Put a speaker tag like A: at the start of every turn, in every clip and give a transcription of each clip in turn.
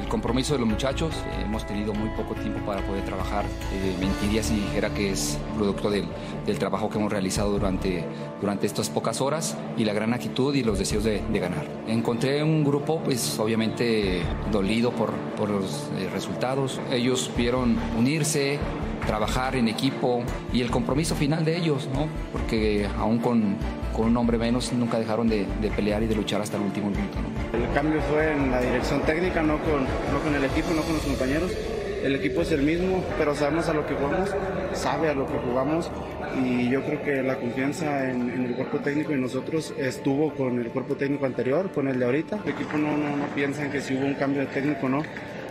A: el compromiso de los muchachos. Eh, hemos tenido muy poco tiempo para poder trabajar. Eh, mentiría si dijera que es producto del, del trabajo que hemos realizado durante, durante estas pocas horas y la gran actitud y los deseos de, de ganar. Encontré un grupo, pues obviamente dolido por, por los eh, resultados. Ellos vieron unirse, trabajar en equipo y el compromiso final de ellos, ¿no? Porque aún con, con un hombre menos nunca dejaron de, de pelear y de luchar hasta el último minuto, ¿no?
B: El cambio fue en la dirección técnica, no con, no con el equipo, no con los compañeros. El equipo es el mismo, pero sabemos a lo que jugamos, sabe a lo que jugamos y yo creo que la confianza en, en el cuerpo técnico y nosotros estuvo con el cuerpo técnico anterior, con el de ahorita. El equipo no, no, no piensa en que si hubo un cambio de técnico o no.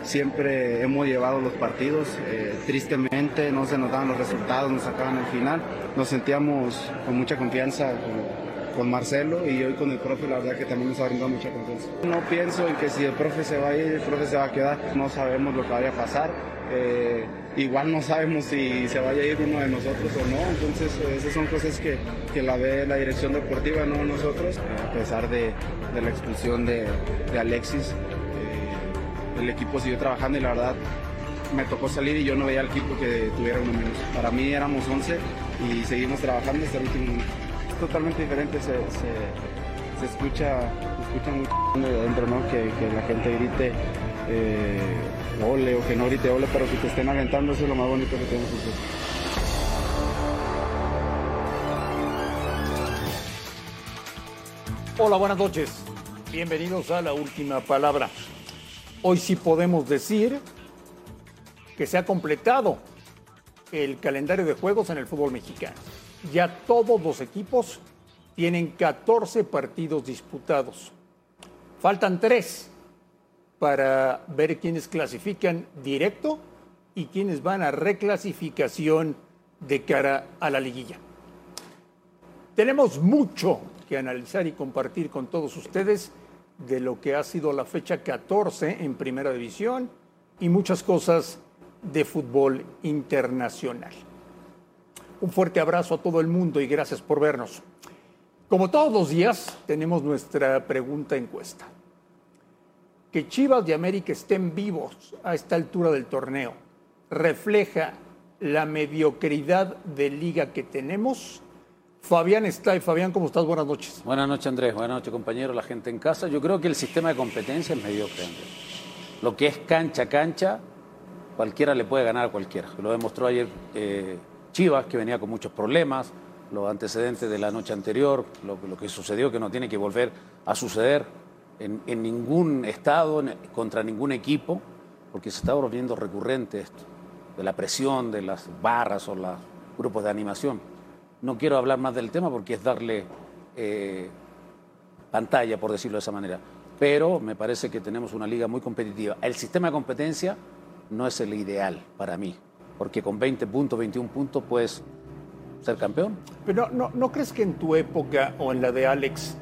B: Siempre hemos llevado los partidos, eh, tristemente no se nos daban los resultados, nos sacaban el final. Nos sentíamos con mucha confianza con, con Marcelo y hoy con el profe, la verdad que también nos ha brindado mucha confianza. No pienso en que si el profe se va a ir, el profe se va a quedar, no sabemos lo que vaya a pasar. Eh, igual no sabemos si se vaya a ir uno de nosotros o no, entonces eh, esas son cosas que, que la ve la dirección deportiva, no nosotros. A pesar de, de la expulsión de, de Alexis, eh, el equipo siguió trabajando y la verdad me tocó salir y yo no veía al equipo que tuviera uno menos. Para mí éramos 11 y seguimos trabajando hasta el último minuto. Es totalmente diferente, se, se- se escucha, se escucha mucho de adentro, ¿no? Que, que la gente grite eh, ole o que no grite ole, pero que te estén alentando, eso es lo más bonito que tenemos nosotros.
C: Hola, buenas noches. Bienvenidos a la última palabra. Hoy sí podemos decir que se ha completado el calendario de juegos en el fútbol mexicano. Ya todos los equipos tienen 14 partidos disputados. Faltan tres para ver quiénes clasifican directo y quiénes van a reclasificación de cara a la liguilla. Tenemos mucho que analizar y compartir con todos ustedes de lo que ha sido la fecha 14 en Primera División y muchas cosas de fútbol internacional. Un fuerte abrazo a todo el mundo y gracias por vernos. Como todos los días, tenemos nuestra pregunta encuesta. Que Chivas de América estén vivos a esta altura del torneo, ¿refleja la mediocridad de liga que tenemos? Fabián está y Fabián, ¿cómo estás? Buenas noches.
D: Buenas noches, Andrés. Buenas noches, compañero, la gente en casa. Yo creo que el sistema de competencia es mediocre, Andrés. Lo que es cancha a cancha, cualquiera le puede ganar a cualquiera. Lo demostró ayer eh, Chivas, que venía con muchos problemas, los antecedentes de la noche anterior, lo, lo que sucedió que no tiene que volver a suceder en, en ningún estado, en- contra ningún equipo, porque se está volviendo recurrente esto, de la presión de las barras o los grupos de animación. No quiero hablar más del tema porque es darle... eh, pantalla, por decirlo de esa manera. Pero me parece que tenemos una liga muy competitiva. El sistema de competencia no es el ideal para mí, porque con 20 puntos, 21 puntos puedes ser campeón.
C: Pero no, ¿no crees que en tu época o en la de Alex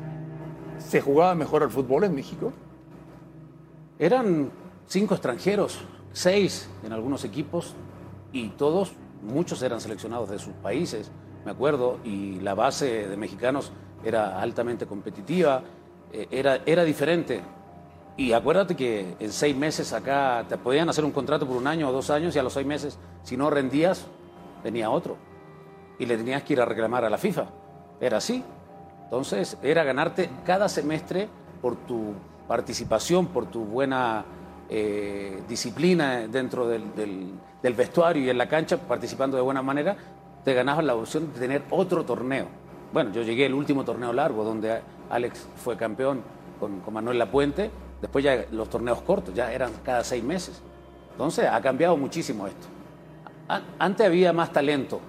C: se jugaba mejor al fútbol en México?
D: Eran cinco extranjeros, seis en algunos equipos, y todos, muchos eran seleccionados de sus países, me acuerdo, y la base de mexicanos era altamente competitiva, eh, era, era diferente. Y acuérdate que en seis meses acá te podían hacer un contrato por un año o dos años y a los seis meses, si no rendías, venía otro. Y le tenías que ir a reclamar a la FIFA. Era así. Entonces, era ganarte cada semestre por tu participación, por tu buena eh, disciplina dentro del, del- del vestuario y en la cancha, participando de buena manera, te ganabas la opción de tener otro torneo. Bueno, yo llegué al último torneo largo, donde Alex fue campeón con, con Manuel Lapuente, después ya los torneos cortos, ya eran cada seis meses. Entonces ha cambiado muchísimo esto. A- Antes había más talento,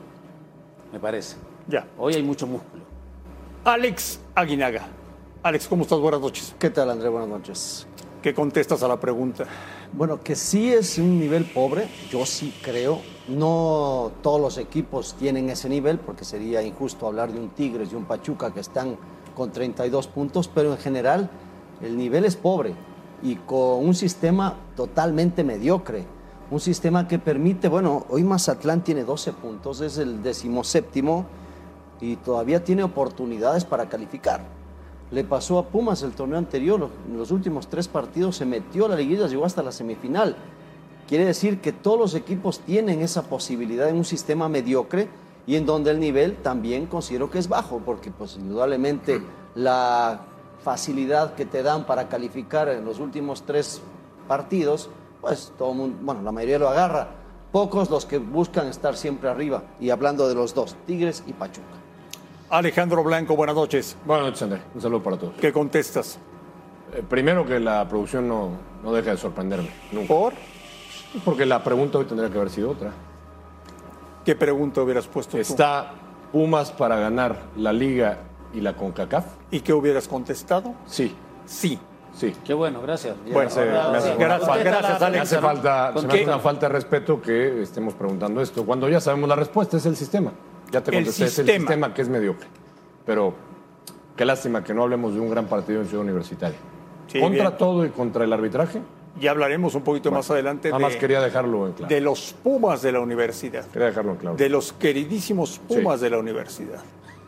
D: me parece.
C: Ya.
D: Hoy hay mucho músculo.
C: Alex Aguinaga. Alex, ¿cómo estás? Buenas noches.
E: ¿Qué tal, André? Buenas noches.
C: ¿Qué contestas a la pregunta?
E: Bueno, que sí es un nivel pobre, yo sí creo. No todos los equipos tienen ese nivel, porque sería injusto hablar de un Tigres y un Pachuca que están con 32 puntos, pero en general el nivel es pobre y con un sistema totalmente mediocre. Un sistema que permite, bueno, hoy Mazatlán tiene 12 puntos, es el decimoséptimo y todavía tiene oportunidades para calificar. Le pasó a Pumas el torneo anterior, lo- en los últimos tres partidos se metió a la liguilla, llegó hasta la semifinal. Quiere decir que todos los equipos tienen esa posibilidad en un sistema mediocre y en donde el nivel también considero que es bajo, porque pues indudablemente la facilidad que te dan para calificar en los últimos tres partidos, pues todo mundo, bueno, la mayoría lo agarra. Pocos los que buscan estar siempre arriba. Y hablando de los dos, Tigres y Pachuca.
C: Alejandro Blanco, buenas noches.
F: Buenas noches, André. Un saludo para todos.
C: ¿Qué contestas?
F: Eh, primero que la producción no, no deja de sorprenderme. Nunca.
C: ¿Por?
F: Porque la pregunta hoy tendría que haber sido otra.
C: ¿Qué pregunta hubieras puesto tú?
F: ¿Está Pumas para ganar la Liga y la CONCACAF?
C: ¿Y qué hubieras contestado?
F: Sí,
C: Sí.
F: sí.
D: Qué bueno, gracias.
C: Bueno, eh,
F: hace- me hace
C: gracias, gracias,
D: Usted está la-
F: Me
C: Alex.
F: hace falta, se
D: ¿Con
F: me hace
D: qué?
F: una falta de respeto que estemos preguntando esto. Cuando ya sabemos la respuesta, es el sistema. Ya te
C: El
F: contesté, es el
C: sistema.
F: sistema que es mediocre. Pero qué lástima que no hablemos de un gran partido en Ciudad Universitaria.
C: Sí,
F: contra
C: bien.
F: todo y contra el arbitraje.
C: Ya hablaremos un poquito más adelante
F: Nada
C: de,
F: más quería dejarlo en claro.
C: de los Pumas de la universidad.
F: Quería dejarlo en claro.
C: De los queridísimos Pumas de la universidad.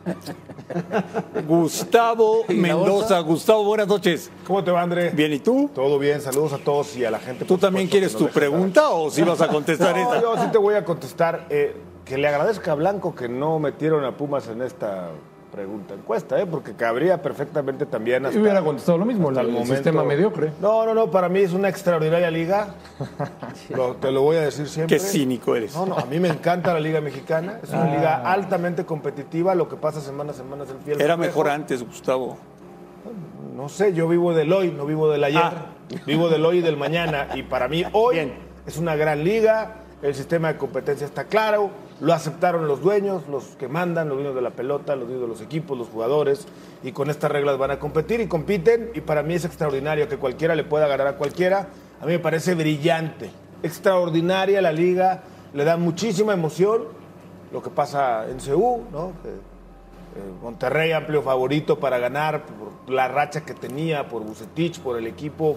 C: Gustavo Mendoza. Gustavo, buenas noches.
G: ¿Cómo te va, André?
C: Bien, ¿y tú?
G: Todo bien, saludos a todos y a la gente.
C: ¿Tú
G: por
C: también
G: supuesto,
C: quieres
G: que
C: tu
G: nos deja estar
C: pregunta o si vas a contestar
G: aquí.
C: esa?
G: No, yo sí te voy a contestar. eh, que le agradezca a Blanco que no metieron a Pumas en esta pregunta encuesta, ¿eh? porque cabría perfectamente también
F: Y
G: hasta
F: hubiera contestado lo mismo, el,
G: hasta el momento.
F: sistema mediocre.
G: No, no, no, para mí es una extraordinaria liga. Lo- te lo voy a decir siempre.
C: Qué cínico eres.
G: No, no, a mí me encanta la Liga Mexicana. Es una
F: Ah.
G: liga altamente competitiva. Lo que pasa semana a semana es el fiel.
C: Era
G: reflejo.
C: mejor antes, Gustavo.
G: No sé, yo vivo del hoy, no vivo del ayer.
C: Ah.
G: Vivo del hoy y del mañana. Y para mí hoy
C: Bien.
G: es una gran liga. El sistema de competencia está claro. Lo aceptaron los dueños, los que mandan, los dueños de la pelota, los dueños de los equipos, los jugadores. Y con estas reglas van a competir y compiten. Y para mí es extraordinario que cualquiera le pueda ganar a cualquiera. A mí me parece brillante. Extraordinaria la liga. Le da muchísima emoción lo que pasa en CU, ¿no? Que- eh, Monterrey amplio favorito para ganar por la racha que tenía, por Bucetich, por el equipo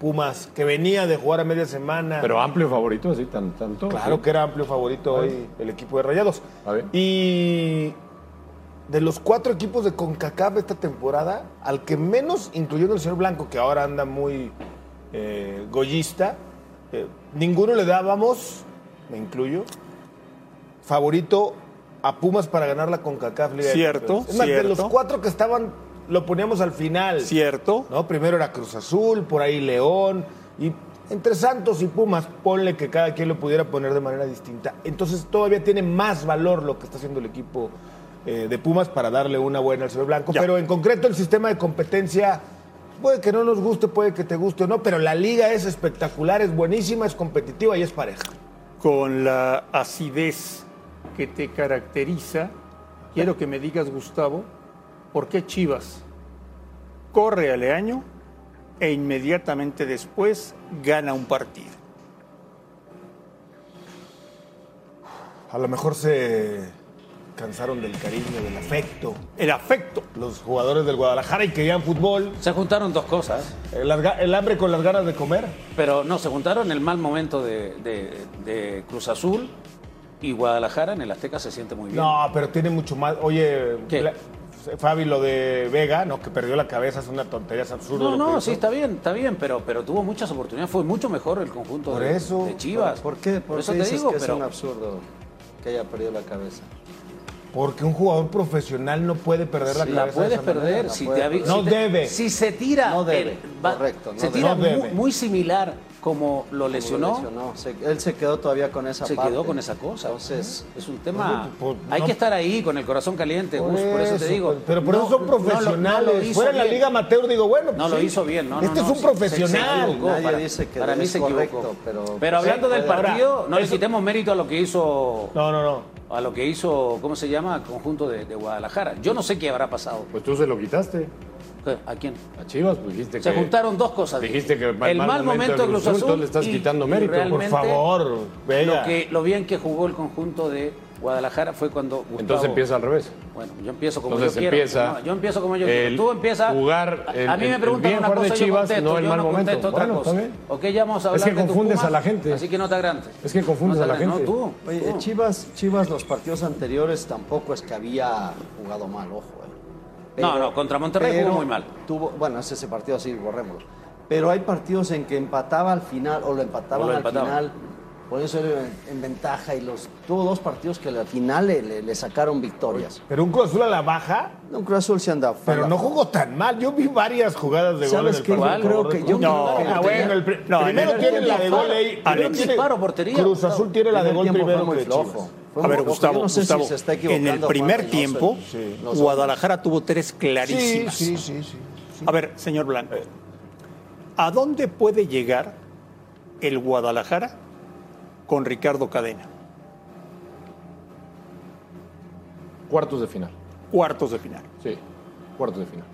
G: Pumas, que venía de jugar a media semana.
F: Pero amplio favorito, así, tan, tanto.
G: claro
F: sí.
G: que era amplio favorito
F: Ah,
G: hoy el equipo de Rayados.
F: Ah, bien.
G: Y de los cuatro equipos de CONCACAF esta temporada, al que menos, incluyendo el señor Blanco, que ahora anda muy eh, goyista, eh, ninguno le dábamos, me incluyo, favorito a Pumas para ganar la CONCACAF Liga de
C: Cierto,
G: Campeones. Es más, de los
C: cierto.
G: cuatro que estaban, lo poníamos al final.
C: ¿Cierto?
G: ¿no? Primero era Cruz Azul, por ahí León, y entre Santos y Pumas, ponle que cada quien lo pudiera poner de manera distinta. Entonces todavía tiene más valor lo que está haciendo el equipo eh, de Pumas para darle una buena al señor Blanco.
C: Ya.
G: Pero en concreto el sistema de competencia puede que no nos guste, puede que te guste o no, pero la liga es espectacular, es buenísima, es competitiva y es pareja.
C: Con la acidez que te caracteriza, quiero que me digas, Gustavo, ¿por qué Chivas corre al año e inmediatamente después gana un partido?
G: A lo mejor se cansaron del cariño, del afecto.
C: El afecto.
G: Los jugadores del Guadalajara y querían fútbol,
D: Se juntaron dos cosas,
G: el, larga- el hambre con las ganas de comer.
D: pero no, se juntaron el mal momento de, de- de Cruz Azul y Guadalajara en el Azteca se siente muy bien.
G: No, pero tiene mucho más. Oye,
D: ¿Qué?
G: la- Fabi, lo de Vega, no, que perdió la cabeza, es una tontería, es
D: No,
G: absurdo. lo
D: no,
G: que hizo.
D: sí, está bien, está bien, pero, pero tuvo muchas oportunidades. Fue mucho mejor el conjunto
G: Por
D: de,
G: eso,
D: de Chivas.
E: ¿Por qué? ¿Por
D: eso
E: qué
D: te
E: dices
D: digo,
E: que es
D: pero
E: un absurdo que haya perdido la cabeza?
G: Porque un jugador profesional no puede perder la
D: Sí,
G: cabeza.
D: la
G: de
D: puedes
G: esa manera.
D: perder
E: la
D: si
E: puedes
D: te avi-
G: perder.
D: si
G: No
D: te-
G: debe.
D: Si se tira.
E: No debe, correcto, no
D: se
E: debe.
D: tira
G: No debe.
D: Muy, muy similar como lo lesionó.
E: Lesionó. Se- él se quedó todavía con esa
D: Se
E: parte.
D: quedó con esa cosa.
E: Entonces,
D: Es un tema.
G: Pues, pues,
D: hay
G: no-
D: que estar ahí con el corazón caliente, Gus, por eso te digo.
G: pues, Pero por eso
D: No,
G: son
D: no lo- no lo
G: profesionales.
D: hizo
G: Fuera de la
D: bien.
G: Liga Amateur, digo, bueno.
D: No
G: pues
D: lo
G: sí.
D: hizo bien, no. no,
G: Este
D: no,
G: es un
D: se- se- se
G: profesional.
D: equivocó,
E: Nadie
D: para,
E: dice que
D: para mí
E: es
D: se
E: correcto,
D: equivocó.
E: pero-
D: hablando
G: Sí,
D: del
G: ahora,
D: partido, no le
G: eso-
D: quitemos mérito a lo que hizo.
G: No, no, no.
D: A lo que hizo, ¿cómo se llama? Conjunto de, de Guadalajara. Yo no sé qué habrá pasado.
F: Pues tú se lo quitaste.
D: ¿Qué? ¿A quién?
F: A Chivas, pues dijiste
D: Se
F: que.
D: juntaron dos cosas.
F: Dijiste que
D: el mal momento de Cruz Azul.
F: Azul, entonces le estás quitando mérito, por
G: Por
D: realmente
G: favor,
D: Lo,
G: vea.
D: que, lo bien que jugó el conjunto de Guadalajara fue cuando Gustavo-
F: Entonces empieza al revés.
D: Bueno, yo empiezo como
F: Entonces
D: yo quiero.
F: empieza
D: No, yo empiezo como yo
F: el
D: quiero. Tú empiezas.
F: jugar el-
D: a mí
F: el-
D: me
F: el
D: preguntan
F: bien
D: una
F: jugar de
D: cosa,
F: Chivas,
D: yo contesto,
F: no el
D: yo
F: mal
D: no
F: momento.
D: contesto otra
F: Bueno,
D: cosa.
F: está bien.
D: Ok, ya vamos a
F: Es
D: hablar
F: que
D: de
F: confundes
D: Tucumán,
F: a la gente.
D: Así que no te agrandes.
F: Es que confundes
D: No te
F: a la
D: agrandes,
F: gente.
D: No, tú.
E: oye,
D: tú.
E: Chivas, Chivas, los partidos anteriores tampoco es que había jugado mal, ojo. eh.
D: No, no, contra Monterrey jugó muy mal.
E: Tuvo, bueno, es ese partido así, borrémoslo. Pero hay partidos en que empataba al final o lo empataban
D: O lo
E: al
D: empataban.
E: final. Por eso era en, en ventaja y los tuvo dos partidos que al final le, le- le sacaron victorias.
G: Pero un Cruz Azul a la baja,
E: No, Cruz Azul se andaba.
G: pero no jugó tan mal. Yo vi varias jugadas de gol
E: ¿Sabes
G: en el
E: qué? Yo
G: partido.
E: creo que- yo
G: no,
E: creo que-
G: ah, bueno, el pri-
C: No, en
G: primero
C: el-
G: tiene la de gol ahí.
D: Alex.
G: primero tiene-
D: Disparo, portería.
G: Cruz Azul tiene la de gol primero que Chivas.
E: Fue
C: A
E: muy
C: ver,
E: flojo.
C: Gustavo,
E: Yo no sé si
C: Gustavo,
E: se está
C: en el
E: equivocando
C: primer
E: Juan, no sé,
C: tiempo,
E: sí, no sé.
C: Guadalajara tuvo tres clarísimas.
G: sí, sí. Eh.
C: A ver, señor Blanco, ¿a dónde puede llegar el Guadalajara con Ricardo Cadena?
F: Cuartos de final.
C: Cuartos de final.
F: Sí, cuartos de final.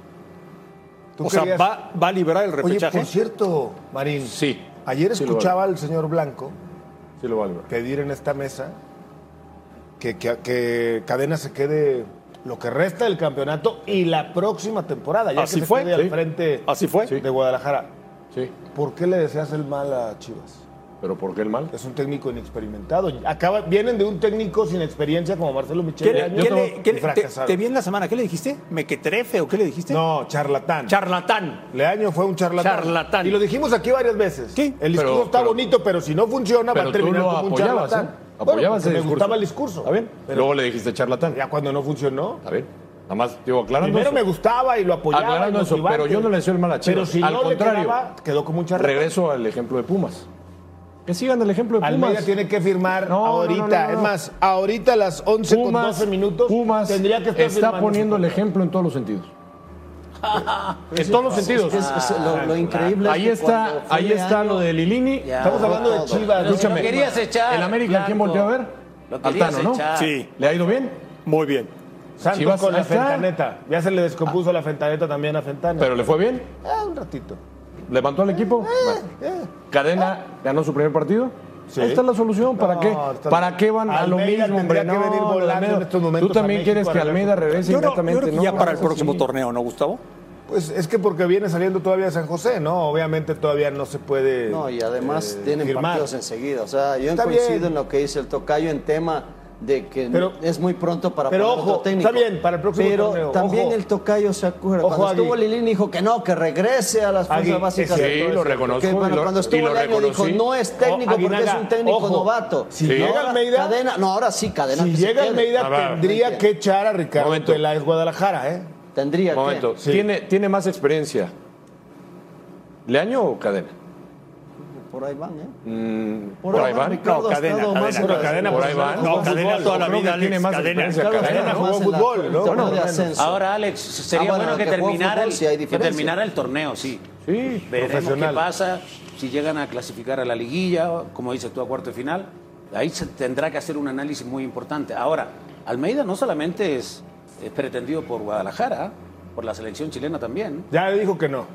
G: ¿Tú
C: O sea,
G: querías-
C: ¿va, va a liberar el
G: Oye,
C: repechaje?
G: por cierto, Marín.
F: Sí.
G: Ayer
F: Sí lo
G: escuchaba
F: vale.
G: al señor Blanco
F: Sí lo va a lograr.
G: pedir en esta mesa que, que- que Cadena se quede lo que resta del campeonato y la próxima temporada, ya
C: Así
G: que se
C: fue.
G: quede al
F: Sí.
G: frente
C: Así fue.
G: de Guadalajara.
F: Sí.
G: ¿Por qué le deseas el mal a Chivas?
F: Pero ¿por qué el mal?
G: Es un técnico inexperimentado. Acaba, vienen de un técnico sin experiencia como Marcelo
C: ¿Qué
G: Michel.
C: le-
G: Año,
C: qué le- qué le- te,
G: y fracasaron.
C: te vi en la semana, ¿qué le dijiste? ¿Mequetrefe o qué le dijiste?
G: No, charlatán.
C: Charlatán.
G: Leaño fue un charlatán.
C: Charlatán.
G: Y lo dijimos aquí varias veces.
C: Sí.
G: El discurso
F: Pero-
G: está
F: pero-
G: bonito, pero si no funciona, va
F: Pero tú
G: a terminar
F: lo
G: como un
F: apoyabas,
G: charlatán.
F: ¿eh? Apoyabas
G: Bueno, porque
F: el
G: me
F: discurso.
G: gustaba el discurso.
F: ¿Está bien?
G: Pero
F: Luego le dijiste charlatán.
G: ya cuando no funcionó.
F: Está bien. Nada más, digo, aclarando
G: Primero
F: eso.
G: me gustaba y lo apoyaba.
F: Aclarando
G: y
F: eso,
G: motivante.
F: pero yo no le deseo el mal a Chivas.
G: Pero si
F: Al
G: no le
F: contrario.
G: quedaba, quedó como un charlatán.
F: Regreso al ejemplo de Pumas. Que sigan el ejemplo de
G: Almeida
F: Pumas.
G: tiene que firmar
F: No, no,
G: ahorita.
F: no, no, no.
G: Es más, ahorita a las 11 con 12 minutos
F: Pumas
G: tendría que estar
F: está
G: firmando su
F: poniendo el
G: contrato.
F: ejemplo en todos los sentidos. en todos los sentidos.
E: Es- es- es- lo, lo increíble
F: ahí
E: es que
F: está,
E: cuando fue
F: ahí está
E: Leaño,
F: lo de Lilini.
D: Ya.
G: Estamos hablando de
E: Todo.
G: Chivas.
D: Pero si lo
F: Escúchame.
D: querías echar.
F: ¿El América a quién
D: Blanco.
F: volvió a ver?
D: Lo
F: Al
D: querías
F: Tano, ¿no?
D: echar.
C: Sí.
F: ¿Le ha ido bien?
C: Muy bien.
G: Santos
F: Chivas,
G: con
F: ahí
G: la
F: está. Ah.
G: fentaneta. Ya se le descompuso la fentaneta también a Fentana.
F: ¿Pero le fue bien?
G: Ah, un ratito.
F: ¿Levantó al equipo? Bueno.
G: Eh.
F: Cadena ganó su primer partido.
G: Sí.
F: Ahí está la solución. ¿Para
G: No,
F: qué?
G: está-
F: ¿Para qué van a lo
G: Almeida
F: mismo, hombre?
G: tendría que venir
F: No,
G: volando
F: Almeida.
G: en estos momentos
F: Tú también
G: a México
F: quieres que
G: a regresar.
F: Almeida regrese
C: Yo, no, yo
F: inmediatamente.
C: creo que
F: ¿no?
C: ya para el
F: Claro,
C: próximo
F: sí.
C: torneo, ¿no, Gustavo?
G: Pues es que porque viene saliendo todavía San José, ¿no? Obviamente todavía no se puede.
E: No, y además
G: eh,
E: tienen
G: firmar.
E: partidos enseguida. O sea, yo
G: Está
E: coincido
G: bien.
E: en lo que dice el tocayo en tema de que
G: Pero-
E: es muy pronto para
G: pero
E: poner
G: ojo,
E: otro técnico.
G: está bien, para el próximo
E: Pero
G: torneo,
E: también
G: ojo.
E: el tocayo se acuerda.
G: Ojo,
E: cuando estuvo
G: Agui.
E: Lilín dijo que no, que regrese a las fuerzas
G: Agui,
E: básicas.
G: sí,
E: de todo
F: lo
E: eso.
F: reconozco
E: Que,
F: y
E: bueno,
F: lo-
E: cuando
F: y
E: estuvo
F: lo
E: Leaño dijo,
F: reconocí.
E: no es técnico
G: Oh,
E: porque es
G: Aguinaga,
E: un técnico
G: ojo,
E: novato.
G: si
E: No,
F: llega
E: ahora
G: Almeida-
E: Cadena, no, ahora sí, cadena.
G: Si
E: que se
G: llega
E: quede.
G: Almeida,
F: A ver.
G: tendría que echar a Ricardo
F: Momento.
G: Peláez Guadalajara, ¿eh?
E: Tendría que.
F: Momento.
G: Sí.
F: ¿Tiene, ¿Tiene más experiencia? ¿Leaño o Cadena?
E: Por ahí van, ¿eh?
F: Mm, Por,
E: ahora
F: ahí
E: más
F: van.
E: Ricardo
C: No,
E: ha
C: cadena,
E: estado más
C: cadena.
E: en las-
F: Por ahí van.
C: No, cadena toda la
F: Creo que
C: vida,
F: tiene
C: Alex,
F: más
C: cadena.
F: experiencia
E: Ricardo
F: Cadena,
E: está
F: ¿no?
E: más
G: jugó
E: en la-
G: fútbol,
E: el
G: ¿no?
E: torneo
G: No,
E: de
G: no, no.
E: ascenso.
D: Ahora, Alex, sería
E: Ah, bueno,
D: bueno, que,
E: que jugó
D: terminara
E: fútbol,
D: el,
E: sí hay
D: que
E: diferencia.
D: terminara el torneo, sí.
F: Sí,
D: Veremos qué
G: profesional.
D: pasa, si llegan a clasificar a la liguilla, o, como dices tú, a cuarto de final. Ahí se tendrá que hacer un análisis muy importante. Ahora, Almeida no solamente es, es pretendido por Guadalajara, por la selección chilena también.
G: Ya dijo que no.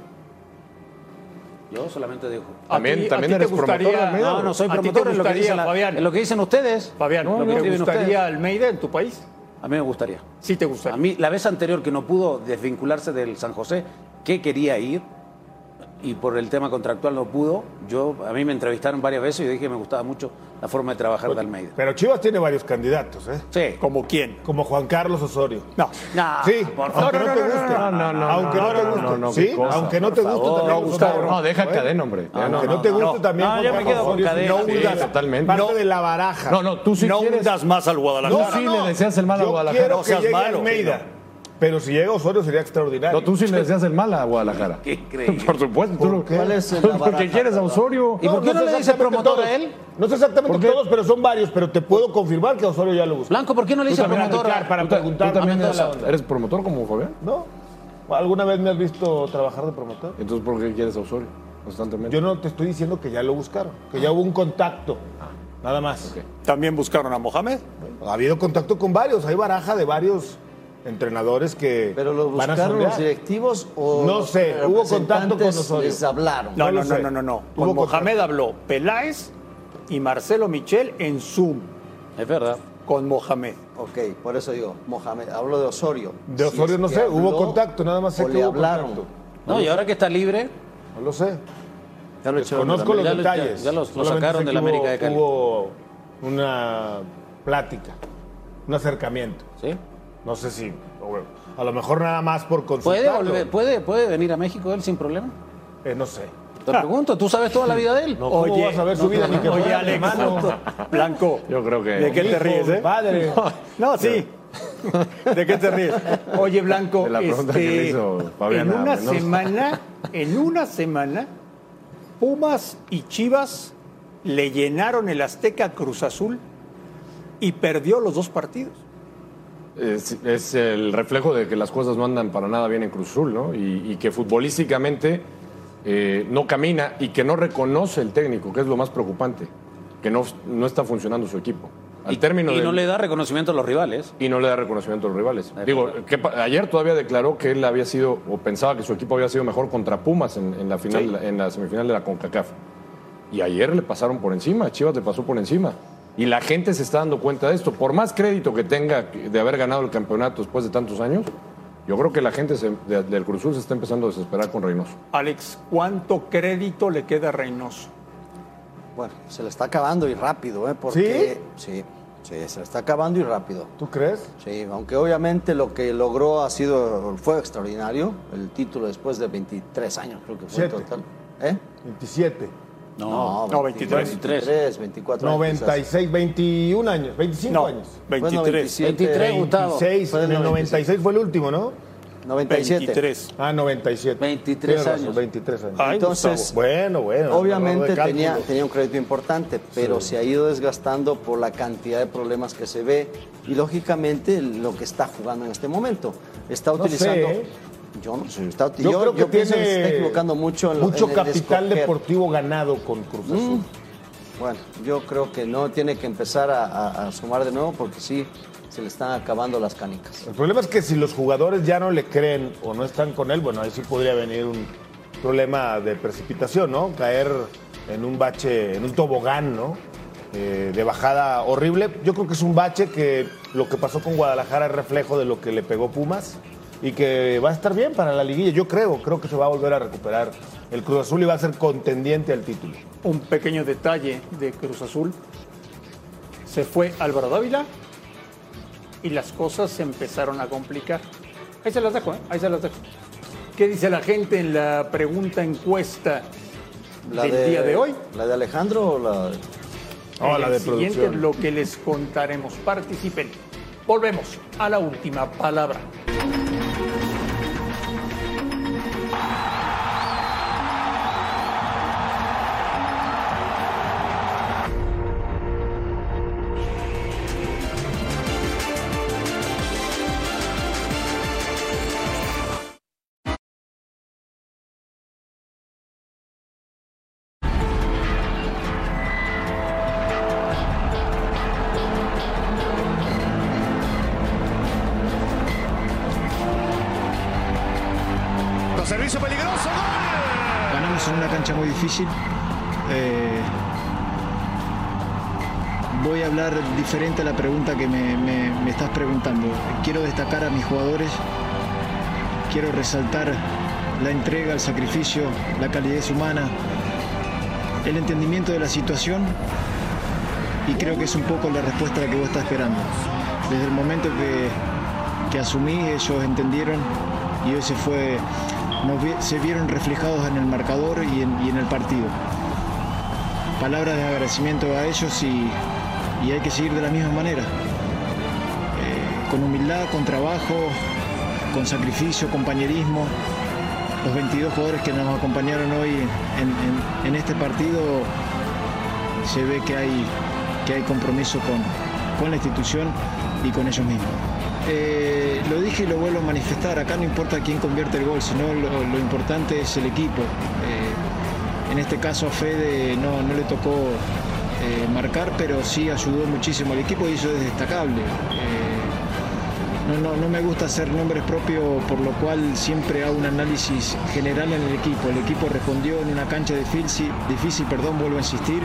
D: Yo solamente dejo.
F: También,
C: ¿A ti- a
F: también
C: ti te
F: eres promotor de
C: gustaría-
F: Almeida,
D: No,
F: bro.
D: no soy
C: ¿A ti te
D: promotor, es lo, que
C: gustaría,
D: dicen la-
C: Fabián?
D: es lo que dicen ustedes.
C: Fabián,
D: lo que
C: ¿te
D: escriben
C: gustaría
D: ustedes.
C: Almeida en tu país?
D: A mí me gustaría.
C: Sí, te gustaría.
D: A mí, la vez anterior que no pudo desvincularse del San José, que quería ir, y por el tema contractual no pudo. Yo, a mí me entrevistaron varias veces y yo dije que me gustaba mucho la forma de trabajar de Almeida.
G: Pero Chivas tiene varios candidatos, ¿eh?
D: Sí.
C: ¿Como quién?
G: Como Juan Carlos Osorio.
C: No.
D: No,
G: Sí,
D: por favor.
G: aunque no te guste.
F: no, no, no,
G: Aunque no
F: no,
G: te
F: no, no, no,
G: guste.
F: qué
G: Sí,
F: cosa,
G: aunque no
D: por
G: te guste
D: favor.
G: también.
D: No,
G: Gustavo.
F: No, deja
G: ¿Eh?
F: cadena, hombre.
D: No,
G: Aunque
D: no,
G: no te
D: no,
G: guste
D: no.
G: también.
D: No, yo
G: Juan
D: me quedo
G: Carlos
D: con
G: Osorio,
D: Cadena.
G: No
D: Sí,
G: hundas.
F: totalmente.
G: Parte
F: No.
G: de la baraja.
F: No, no, tú sí
H: no
F: quieres.
H: hundas más al
F: No,
H: Guadalajara.
F: sí le deseas el mal a
G: Yo
F: Guadalajara.
G: quiero
H: No
G: que
H: seas
G: llegue
H: malo.
G: Almeida. Pero si llega Osorio sería extraordinario.
F: No, tú sí le deseas el mal a Guadalajara.
D: Qué increíble.
F: Por supuesto. tú lo-
E: ¿Cuál es el
F: Porque
E: baraja?
F: quieres a Osorio.
D: ¿Y por qué no, le dice
G: exactamente
D: promotor a
G: todos.
D: él?
G: No sé exactamente
F: ¿Por qué?
G: todos, pero son varios. Pero te puedo confirmar que a Osorio ya lo buscó.
D: Blanco, ¿por qué no le dice
G: también,
D: promotor?
G: Ricardo, para
F: Tú ta-
G: preguntar,
F: ¿Tú también
G: a mí me da
F: eres,
G: la onda.
F: eres promotor como Fabián?
G: ¿No? ¿Alguna vez me has visto trabajar de promotor?
F: Entonces, ¿por qué quieres a Osorio constantemente?
G: Yo no te estoy diciendo que ya lo buscaron, que ya hubo un contacto. Nada más.
H: También buscaron a Mohamed.
G: Ha habido contacto con varios, hay baraja de varios entrenadores que
E: ¿Pero lo
G: van a
E: buscaron
G: sondear.
E: los directivos o
G: No
E: los pues,
G: sé, hubo contacto con
E: representantes
G: Osorio.
E: Les hablaron.
C: No,
G: No lo
C: no, no,
G: sé.
C: no, no, no.
G: Hubo
C: Con
G: contacto.
C: Mohamed habló Peláez y Marcelo Michel en Zoom
D: Es verdad.
C: con Mohamed.
E: Ok, por eso digo, Mohamed, hablo de Osorio.
G: De
E: Si
G: Osorio
E: es
G: no
E: que
G: sé, hubo
E: habló
G: contacto, nada más sé
E: o
G: que
E: le
G: hubo
E: hablaron.
G: contacto.
D: No, y ahora que está libre,
G: No lo sé.
E: Ya lo echaron de la
G: Conozco los
D: Ya lo- ya-
G: detalles.
D: ya los- lo
G: Solamente
D: sacaron
G: sé
D: de la
G: que
D: América
G: hubo-
D: de Cali.
G: Hubo una plática, un acercamiento.
D: ¿sí?
G: No sé si, o- a lo mejor nada más por
D: ¿Puede,
G: consultarlo.
D: volver- puede, ¿Puede venir a México él sin problema?
G: Eh, no sé.
D: Te pregunto, ¿tú sabes toda la vida de él?
G: No, ¿cómo vas a ver su vida? Ni que
C: oye,
G: fuera mi
C: Alex,
G: hermano.
C: Blanco.
F: Yo creo que-
C: ¿De qué
G: Hijo,
C: te ríes, eh?
G: Padre.
C: No, sí. ¿De qué te ríes? Oye, Blanco,
F: De la pregunta que
D: este,
F: le hizo Fabián
C: Oh, este, en una
F: Arme, ¿no?
C: semana, en una semana, Pumas y Chivas le llenaron el Azteca a Cruz Azul y perdió los dos partidos.
F: Es, es el reflejo de que las cosas no andan para nada bien en Cruz Azul, ¿no? Y, y que futbolísticamente eh, no camina y que no reconoce el técnico, que es lo más preocupante, que no, no está funcionando su equipo. Al
D: y,
F: término
D: y
F: del-
D: no le da reconocimiento a los rivales. Eh,
F: y no le da reconocimiento a los rivales. Digo, que pa- ayer todavía declaró que él había sido, o pensaba que su equipo había sido mejor contra Pumas en, en la, final, en la semifinal de la CONCACAF. Y ayer le pasaron por encima, Chivas le pasó por encima. Y la gente se está dando cuenta de esto. Por más crédito que tenga de haber ganado el campeonato después de tantos años, yo creo que la gente se- de- del Cruz Azul se está empezando a desesperar con Reynoso.
C: Alex, ¿cuánto crédito le queda a Reynoso?
E: Bueno, se le está acabando y rápido, ¿eh? Porque, ¿Sí? Sí, se le está acabando y rápido.
G: ¿Tú crees?
E: Sí, aunque obviamente lo que logró ha sido, fue extraordinario, el título después de 23 años, creo que fue
G: Siete.
E: total. ¿Eh?
G: 27.
D: No.
C: no,
D: 23.
E: 24 años. quizás.
G: 96, 21 años, 25
C: No,
G: años.
C: 23.
E: 27,
D: 23, Gustavo.
G: 26,
E: Fue
G: en
E: del
G: el 96
E: 96
G: fue el último, ¿no?
E: 97.
C: 23.
G: Ah, 97.
D: 23
G: Tienes razón,
D: años.
G: 23 años.
C: Ay,
E: Entonces,
G: bueno, bueno. error de
E: obviamente
G: cálculo.
E: tenía, tenía un crédito importante, pero se ha ido desgastando por la cantidad de problemas que se ve y lógicamente lo que está jugando en este momento. Está
G: sé,
E: utilizando...
G: ¿eh?
E: Yo no sé, está,
G: Yo, creo que
E: pienso
G: tiene
E: se está equivocando mucho en lo-
G: mucho
E: en el
G: capital
E: escoger.
G: deportivo ganado con Cruz Azul.
E: Bueno, yo creo que no tiene que empezar a, a- a sumar de nuevo porque sí, se le están acabando las canicas.
G: El problema es que si los jugadores ya no le creen o no están con él, bueno, ahí sí podría venir un problema de precipitación, ¿no? Caer en un bache, en un tobogán, ¿no? Eh, de bajada horrible. Yo creo que es un bache que lo que pasó con Guadalajara es reflejo de lo que le pegó Pumas y que va a estar bien para la liguilla. Yo creo, creo que se va a volver a recuperar el Cruz Azul y va a ser contendiente al título.
C: Un pequeño detalle de Cruz Azul. Se fue Álvaro Dávila y las cosas se empezaron a complicar. Ahí se las dejo, ¿eh? Ahí se las dejo. ¿Qué dice la gente en la pregunta encuesta del día de hoy?
E: ¿La de Alejandro o la de-
G: Ah,
C: en
G: la
C: el
G: de
C: siguiente
G: producción.
C: bloque les contaremos. Participen. Volvemos a la última palabra.
I: Servicio peligroso. Ganamos en una cancha muy difícil. Eh, voy a hablar diferente a la pregunta que me, me- me estás preguntando. Quiero destacar a mis jugadores. Quiero resaltar la entrega, el sacrificio, la calidez humana, el entendimiento de la situación y creo que es un poco la respuesta a la que vos estás esperando. Desde el momento que, que asumí, ellos entendieron y hoy se fue, nos vi- se vieron reflejados en el marcador y en, y en el partido. Palabras de agradecimiento a ellos y, y hay que seguir de la misma manera. Eh, con humildad, con trabajo, con sacrificio, compañerismo. Los 22 jugadores que nos acompañaron hoy en, en- en este partido se ve que hay, que hay compromiso con, con la institución y con ellos mismos. Eh, lo dije y lo vuelvo a manifestar, acá no importa quién convierte el gol, sino lo, lo importante es el equipo. Eh, en este caso a Fede no, no le tocó eh, marcar, pero sí ayudó muchísimo al equipo y eso es destacable. Eh, no, no, no me gusta hacer nombres propios, por lo cual siempre hago un análisis general en el equipo. El equipo respondió en una cancha difícil, difícil perdón, vuelvo a insistir,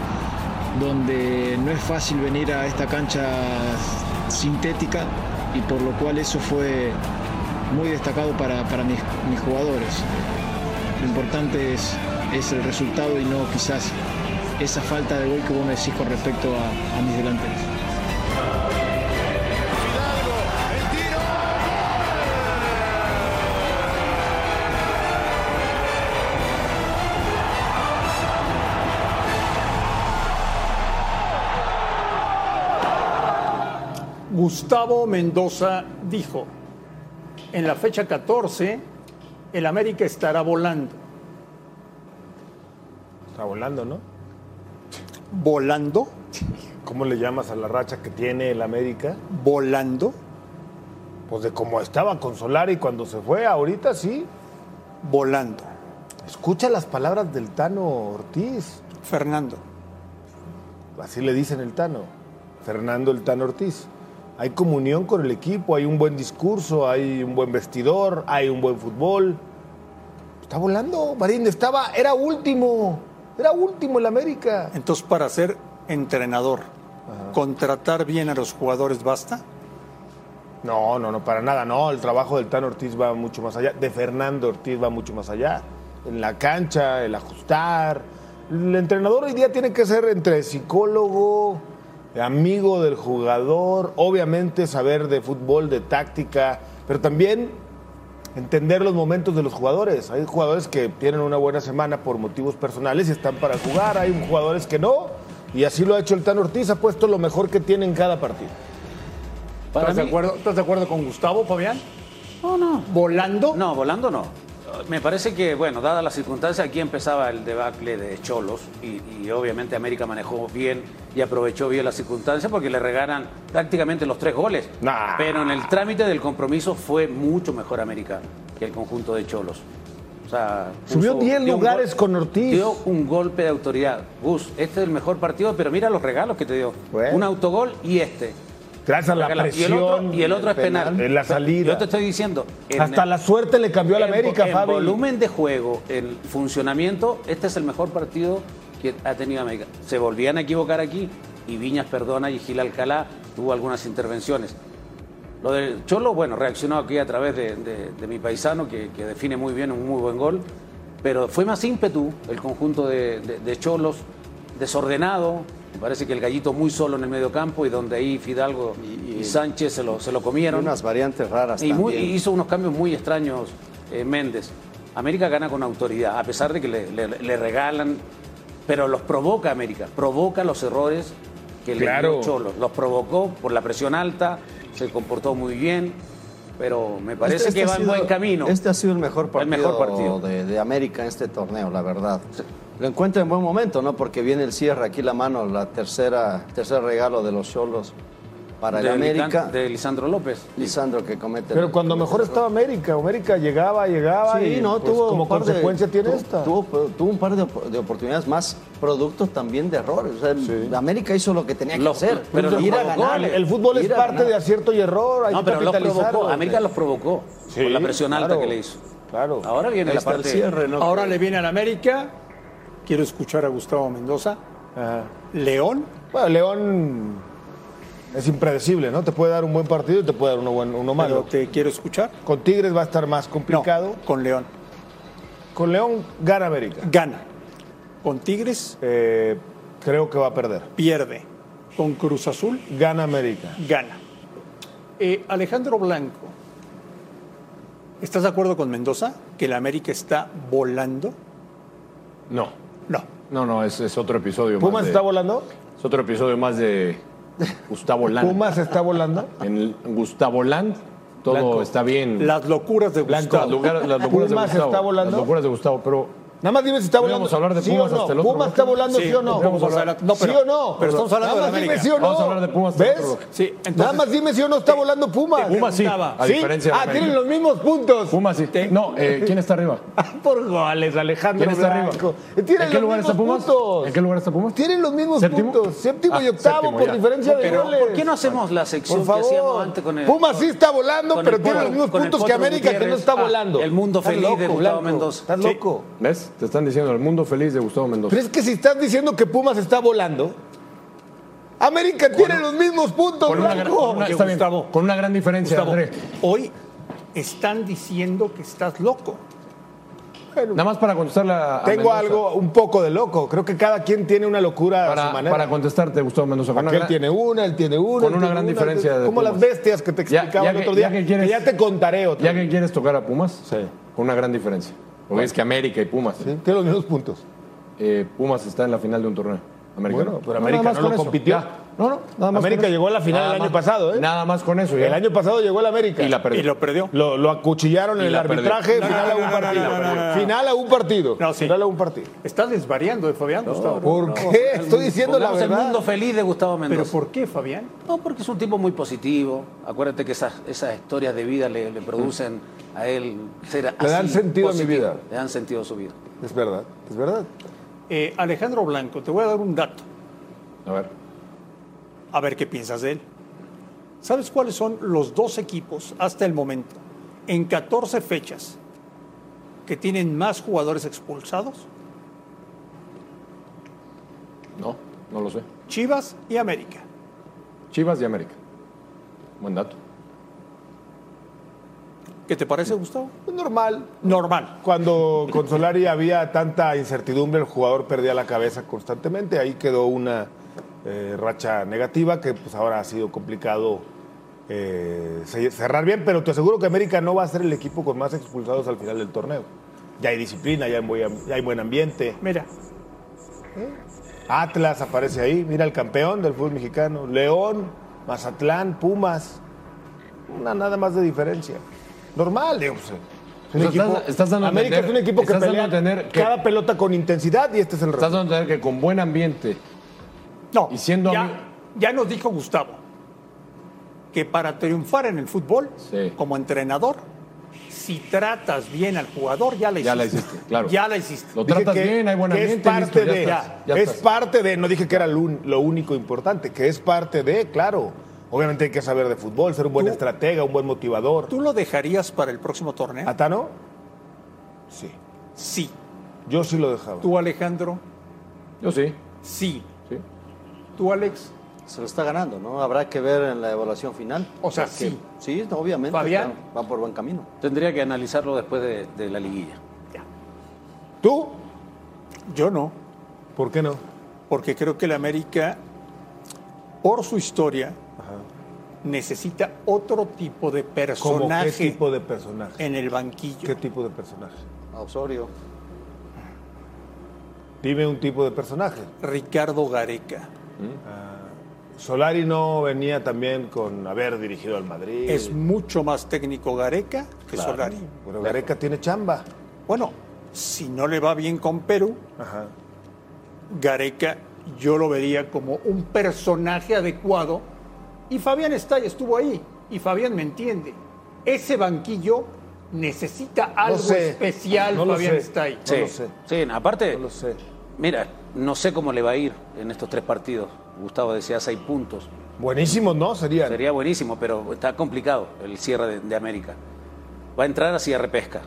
I: donde no es fácil venir a esta cancha sintética y por lo cual eso fue muy destacado para, para mis, mis jugadores. Lo importante es, es el resultado y no quizás esa falta de gol que vos me decís con respecto a, a mis delanteros.
C: Gustavo Mendoza dijo, en la fecha 14, el América estará volando.
G: Está volando, ¿no?
C: ¿Volando?
G: ¿Cómo le llamas a la racha que tiene el América?
C: ¿Volando?
G: Pues de cómo estaba con Solari cuando se fue, ahorita sí.
C: Volando.
G: Escucha las palabras del Tano Ortiz.
C: Fernando.
G: Así le dicen el Tano. Fernando el Tano Ortiz. Hay comunión con el equipo, hay un buen discurso, hay un buen vestidor, hay un buen fútbol. Está volando, Marín. Estaba, era último. Era último el América.
C: Entonces, para ser entrenador, ¿contratar bien a los jugadores basta?
G: No, no, no, para nada, no. El trabajo del Tan Ortiz va mucho más allá. De Fernando Ortiz va mucho más allá. En la cancha, el ajustar. El entrenador hoy día tiene que ser entre psicólogo, amigo del jugador, obviamente saber de fútbol, de táctica, pero también entender los momentos de los jugadores. Hay jugadores que tienen una buena semana por motivos personales y están para jugar, hay jugadores que no, y así lo ha hecho el Tan Ortiz, ha puesto lo mejor que tiene en cada partido.
D: Para
C: ¿Estás, de
D: mí-
C: acuerdo, estás de acuerdo con Gustavo, Fabián?
D: No, no.
C: ¿Volando?
D: No, volando no. Me parece que, bueno, dadas las circunstancias, aquí empezaba el debacle de Cholos y, y obviamente América manejó bien y aprovechó bien las circunstancias porque le regalan prácticamente los tres goles.
G: Nah.
D: Pero en el trámite del compromiso fue mucho mejor América que el conjunto de Cholos. O sea,
G: Subió 10
D: dio un
G: lugares
D: gol-
G: con Ortiz.
D: Dio un golpe de autoridad. Gus, este es el mejor partido, pero mira los regalos que te dio.
G: Bueno.
D: Un autogol y este.
G: Gracias a la
D: Regala. y
G: presión.
D: el otro, y el otro es penal.
G: En la salida.
D: Yo te estoy diciendo. en
G: Hasta
D: el-
G: la suerte le cambió a la
D: en-
G: América,
D: en
G: Fabi.
D: volumen de juego, en funcionamiento, este es el mejor partido que ha tenido América. Se volvían a equivocar aquí y Viñas perdona y Gil Alcalá tuvo algunas intervenciones. Lo del Cholo, bueno, reaccionó aquí a través de, de- de mi paisano, que, que define muy bien un muy buen gol, pero fue más ímpetu el conjunto de, de- de Cholos, desordenado, me parece que el gallito muy solo en el medio campo y donde ahí Fidalgo y, Sánchez se lo, se lo comieron.
E: Unas variantes raras
D: Y muy-
E: también.
D: y hizo unos cambios muy extraños eh, Méndez. América gana con autoridad, a pesar de que le, le- le regalan, pero los provoca América, provoca los errores que
F: Claro.
D: le dio Cholos. Los provocó por la presión alta, se comportó muy bien, pero me parece
E: Este- este
D: que
E: ha
D: va en
E: sido-
D: buen camino.
E: Este ha sido el mejor partido,
D: El mejor partido.
E: De, de América en este torneo, la verdad. Lo encuentra en buen momento, ¿no? Porque viene el cierre, aquí la mano, la tercera, tercer regalo de los Cholos para el
D: de,
E: América.
D: Lican- de Lisandro López.
E: Lisandro que comete.
G: Pero cuando mejor estaba América, América llegaba, llegaba
E: Sí,
G: y
E: no,
G: pues,
E: tuvo
G: como
E: un par de-
G: consecuencia tiene
E: tuvo-
G: esta.
E: Tuvo, tuvo un par de, op- de oportunidades más, productos también de errores. O sea, América hizo lo que tenía que
D: Los-
E: hacer.
D: pero los
E: ir a
D: goles.
E: ganar.
G: el fútbol es
E: ir a
G: parte
E: ganar.
G: de acierto y error, hay
D: No,
G: que
D: pero los
G: capitalizar.
D: provocó,
G: hombre.
D: América los provocó
G: Sí,
D: por la presión alta
G: claro,
D: que le hizo.
G: Claro.
D: Ahora viene
E: Ahí
D: la
E: está el
D: parte.
E: cierre, ¿no?
C: Ahora le viene al América. Quiero escuchar a Gustavo Mendoza.
G: Ajá.
C: León.
G: Bueno, León es impredecible, ¿no? Te puede dar un buen partido y te puede dar uno, bueno, uno
C: Pero
G: malo.
C: te quiero escuchar.
G: Con Tigres va a estar más complicado.
C: No, con León.
G: Con León gana América.
C: Gana. Con Tigres
G: Eh, creo que va a perder.
C: pierde. Con Cruz Azul
G: Gana América.
C: gana. Eh, Alejandro Blanco, ¿estás de acuerdo con Mendoza que la América está volando?
F: No,
C: No.
F: no, no, es, es otro episodio más.
G: ¿Pumas
F: de-
G: está volando?
F: Es otro episodio más de Gustavo Land.
G: ¿Pumas está volando?
F: En el Gustavo Land todo está bien.
C: Las locuras de
F: Blanco, las,
C: Gustavo.
F: lugar- las locuras de
G: ¿Pumas
F: Gustavo.
G: está volando?
F: Las locuras de Gustavo, pero
G: Nada más dime si está
F: No
G: volando.
F: íbamos a hablar de
G: ¿Sí
F: Pumas
G: o no?
F: hasta el otro
G: ¿Pumas
F: bloque.
G: está volando sí,
C: Sí,
G: o no?
C: vamos a hablar- no, pero-
G: ¿Sí o no?
C: pero estamos hablando
G: Nada
C: de
G: más dime
C: América.
G: sí o no.
F: Vamos a hablar de Pumas hasta el
G: ¿Ves?
F: otro bloque.
C: Sí, entonces-
G: Nada más dime si o no está volando Pumas.
F: Pumas sí, a
C: preguntaba.
G: ¿Sí?
F: diferencia de
G: Ah,
F: América.
G: tienen los mismos puntos.
F: Pumas sí. No, eh, ¿quién está arriba?
G: Por goles, Alejandro
F: ¿Quién está arriba?
G: Blanco. Tienen
F: ¿En qué
G: los
F: lugar está
G: mismos
F: Pumas?
G: puntos.
F: ¿En qué lugar está Pumas?
G: Tienen los mismos
F: ¿Séptimo?
G: puntos. Séptimo y
F: Ah,
G: octavo
F: séptimo,
G: por
F: ya.
G: diferencia de
D: Pero,
G: goles.
D: ¿por qué no hacemos la sección
G: Por favor.
D: que hacíamos antes con el.
G: Pumas sí está volando,
D: con
G: pero
D: el
G: tiene
D: potro-
G: los mismos
D: con el
G: puntos que
D: potro
G: América, que no
D: Gutiérrez?
G: está
D: Ah,
G: volando.
D: el mundo
G: Estás
D: feliz de
G: loco,
D: Gustavo
G: Blanco.
D: Mendoza.
G: Estás
D: Sí.
G: loco.
F: ¿Ves? Te están diciendo el mundo feliz de Gustavo Mendoza.
G: Pero es que si estás diciendo que Pumas está volando, América tiene los mismos puntos,
F: Con una, gran,
G: Blanco.
F: con una- está bien,
C: Gustavo.
F: con una gran diferencia,
C: Gustavo,
F: André.
C: hoy están diciendo que estás loco.
F: Nada más para contestar la.
G: Tengo algo un poco de loco. Creo que cada quien tiene una locura a su
F: Para,
G: manera.
F: para contestarte, Gustavo Mendoza. con una
G: Aquel
F: gran-
G: tiene una, él tiene una.
F: con una
G: él tiene
F: gran diferencia
G: él tiene-
F: de
G: Como las
F: Pumas.
G: bestias que te
F: Ya-
G: explicaba
F: ya
G: el
F: que-
G: otro día.
F: ya que
G: que,
F: quieres-
G: ya te contaré otro.
F: Ya que quieres tocar a Pumas,
G: Sí.
F: con una gran diferencia. Porque es que América y Pumas.
G: Sí, Tiene los mismos puntos.
F: eh, Pumas está en la final de un torneo. Americano.
G: Bueno, pero
F: No,
G: América
F: nada más
G: no lo
F: con eso.
G: compitió.
F: Ya. No, no, nada más.
G: América
F: con eso.
G: llegó a la final
F: Nada
G: el año
F: más-
G: pasado, ¿eh?
F: Nada más con eso. ya.
G: El año pasado llegó el América.
F: Y la perdió.
C: Y lo perdió.
G: Lo, lo acuchillaron en
F: Y
G: el
F: la perdió.
G: arbitraje.
C: No,
G: final
C: no,
G: a un
C: no, no,
G: partido.
C: no, no, no, no.
G: Final a un partido.
C: No, sí.
G: Final a un partido.
C: Estás desvariando, eh, Fabián. Gustavo.
G: ¿Por qué? Estoy diciendo la
D: Pongamos el
G: verdad.
D: mundo feliz de Gustavo Mendoza.
C: ¿Pero por qué, Fabián?
D: No, porque es un tipo muy positivo. Acuérdate que esas, esas historias de vida le, le producen a él ser así.
G: dan sentido a mi
D: positivo.
G: vida.
D: Le dan sentido a su vida.
G: Es verdad, es verdad.
C: Eh, Alejandro Blanco, te voy a dar un dato.
F: A ver.
C: A ver qué piensas de él. ¿Sabes cuáles son los dos equipos hasta el momento, en 14 fechas, que tienen más jugadores expulsados?
F: No, no lo sé.
C: Chivas y América.
F: Chivas y América. Buen dato.
C: ¿Qué te parece, Gustavo?
G: Normal.
C: Normal.
G: Cuando con Solari había tanta incertidumbre, el jugador perdía la cabeza constantemente. Ahí quedó una eh, racha negativa que pues ahora ha sido complicado eh, ce- cerrar bien, pero te aseguro que América no va a ser el equipo con más expulsados al final del torneo. Ya hay disciplina, ya hay, buen- ya hay buen ambiente.
C: Mira,
G: Atlas aparece ahí, mira el campeón del fútbol mexicano. León, Mazatlán, Pumas. Una nada más de diferencia. Normal, digo. pues, es un
F: Estás-
G: equipo-
F: estás dando a
G: América
F: entender-
G: es un equipo que
F: estás dando
G: pelea
F: a entender que-
G: cada pelota con intensidad y este es el
F: Estás
G: resultado.
F: dando a entender que con buen ambiente.
C: no.
F: Y siendo ami-
C: ya, ya nos dijo Gustavo que para triunfar en el fútbol,
F: Sí.
C: como entrenador, si tratas bien al jugador, ya la hiciste.
F: Ya la hiciste, claro.
C: Ya la hiciste.
F: Lo tratas bien, hay buen
G: que
F: ambiente.
G: es
F: listo, ya
G: parte de,
F: estás, ya
G: es
F: estás.
G: parte de, no dije que era lo, un- lo único importante, que es parte de, claro. Obviamente hay que saber de fútbol, ser un buen
C: Tú-
G: estratega, un buen motivador.
C: ¿Tú lo dejarías para el próximo torneo?
G: ¿Atano? Sí.
C: Sí.
G: Yo sí lo dejaba.
C: ¿Tú, Alejandro?
F: Yo sí.
C: Sí.
F: sí.
C: ¿Tú, Alex?
E: Se lo está ganando, ¿no? Habrá que ver en la evaluación final.
C: O sea,
E: Porque-
C: sí.
E: Sí, no, obviamente.
C: Fabián.
E: está- va por buen camino.
D: Tendría que analizarlo después de, de la liguilla.
G: ¿Tú?
C: Yo no,
G: ¿Por qué no?
C: porque creo que el América, por su historia, necesita otro tipo de
G: ¿Cómo
C: personaje
G: qué tipo de personaje?
C: en el banquillo.
G: ¿Qué tipo de personaje?
D: Ah,
E: A Osorio.
G: Dime un tipo de personaje. Ah,
C: Ricardo Gareca.
D: Mm.
G: Solari no venía también con haber dirigido al Madrid.
C: Es mucho más técnico Gareca que
G: Claro.
C: Solari.
G: Pero Gareca tiene chamba.
C: Bueno, si no le va bien con Perú,
G: Ajá.
C: Gareca yo lo vería como un personaje adecuado. Y Fabián está y estuvo ahí. Y Fabián me entiende. Ese banquillo necesita algo
G: sé.
C: especial,
G: No lo
C: Fabián
G: sé.
C: está ahí.
G: No lo sé.
D: Sí, aparte,
G: No lo sé.
D: mira, no sé cómo le va a ir en estos tres partidos. Gustavo decía seis puntos.
G: Buenísimo, ¿no? Sería.
D: Sería buenísimo, pero está complicado el cierre de, de América. Va a entrar hacia repesca.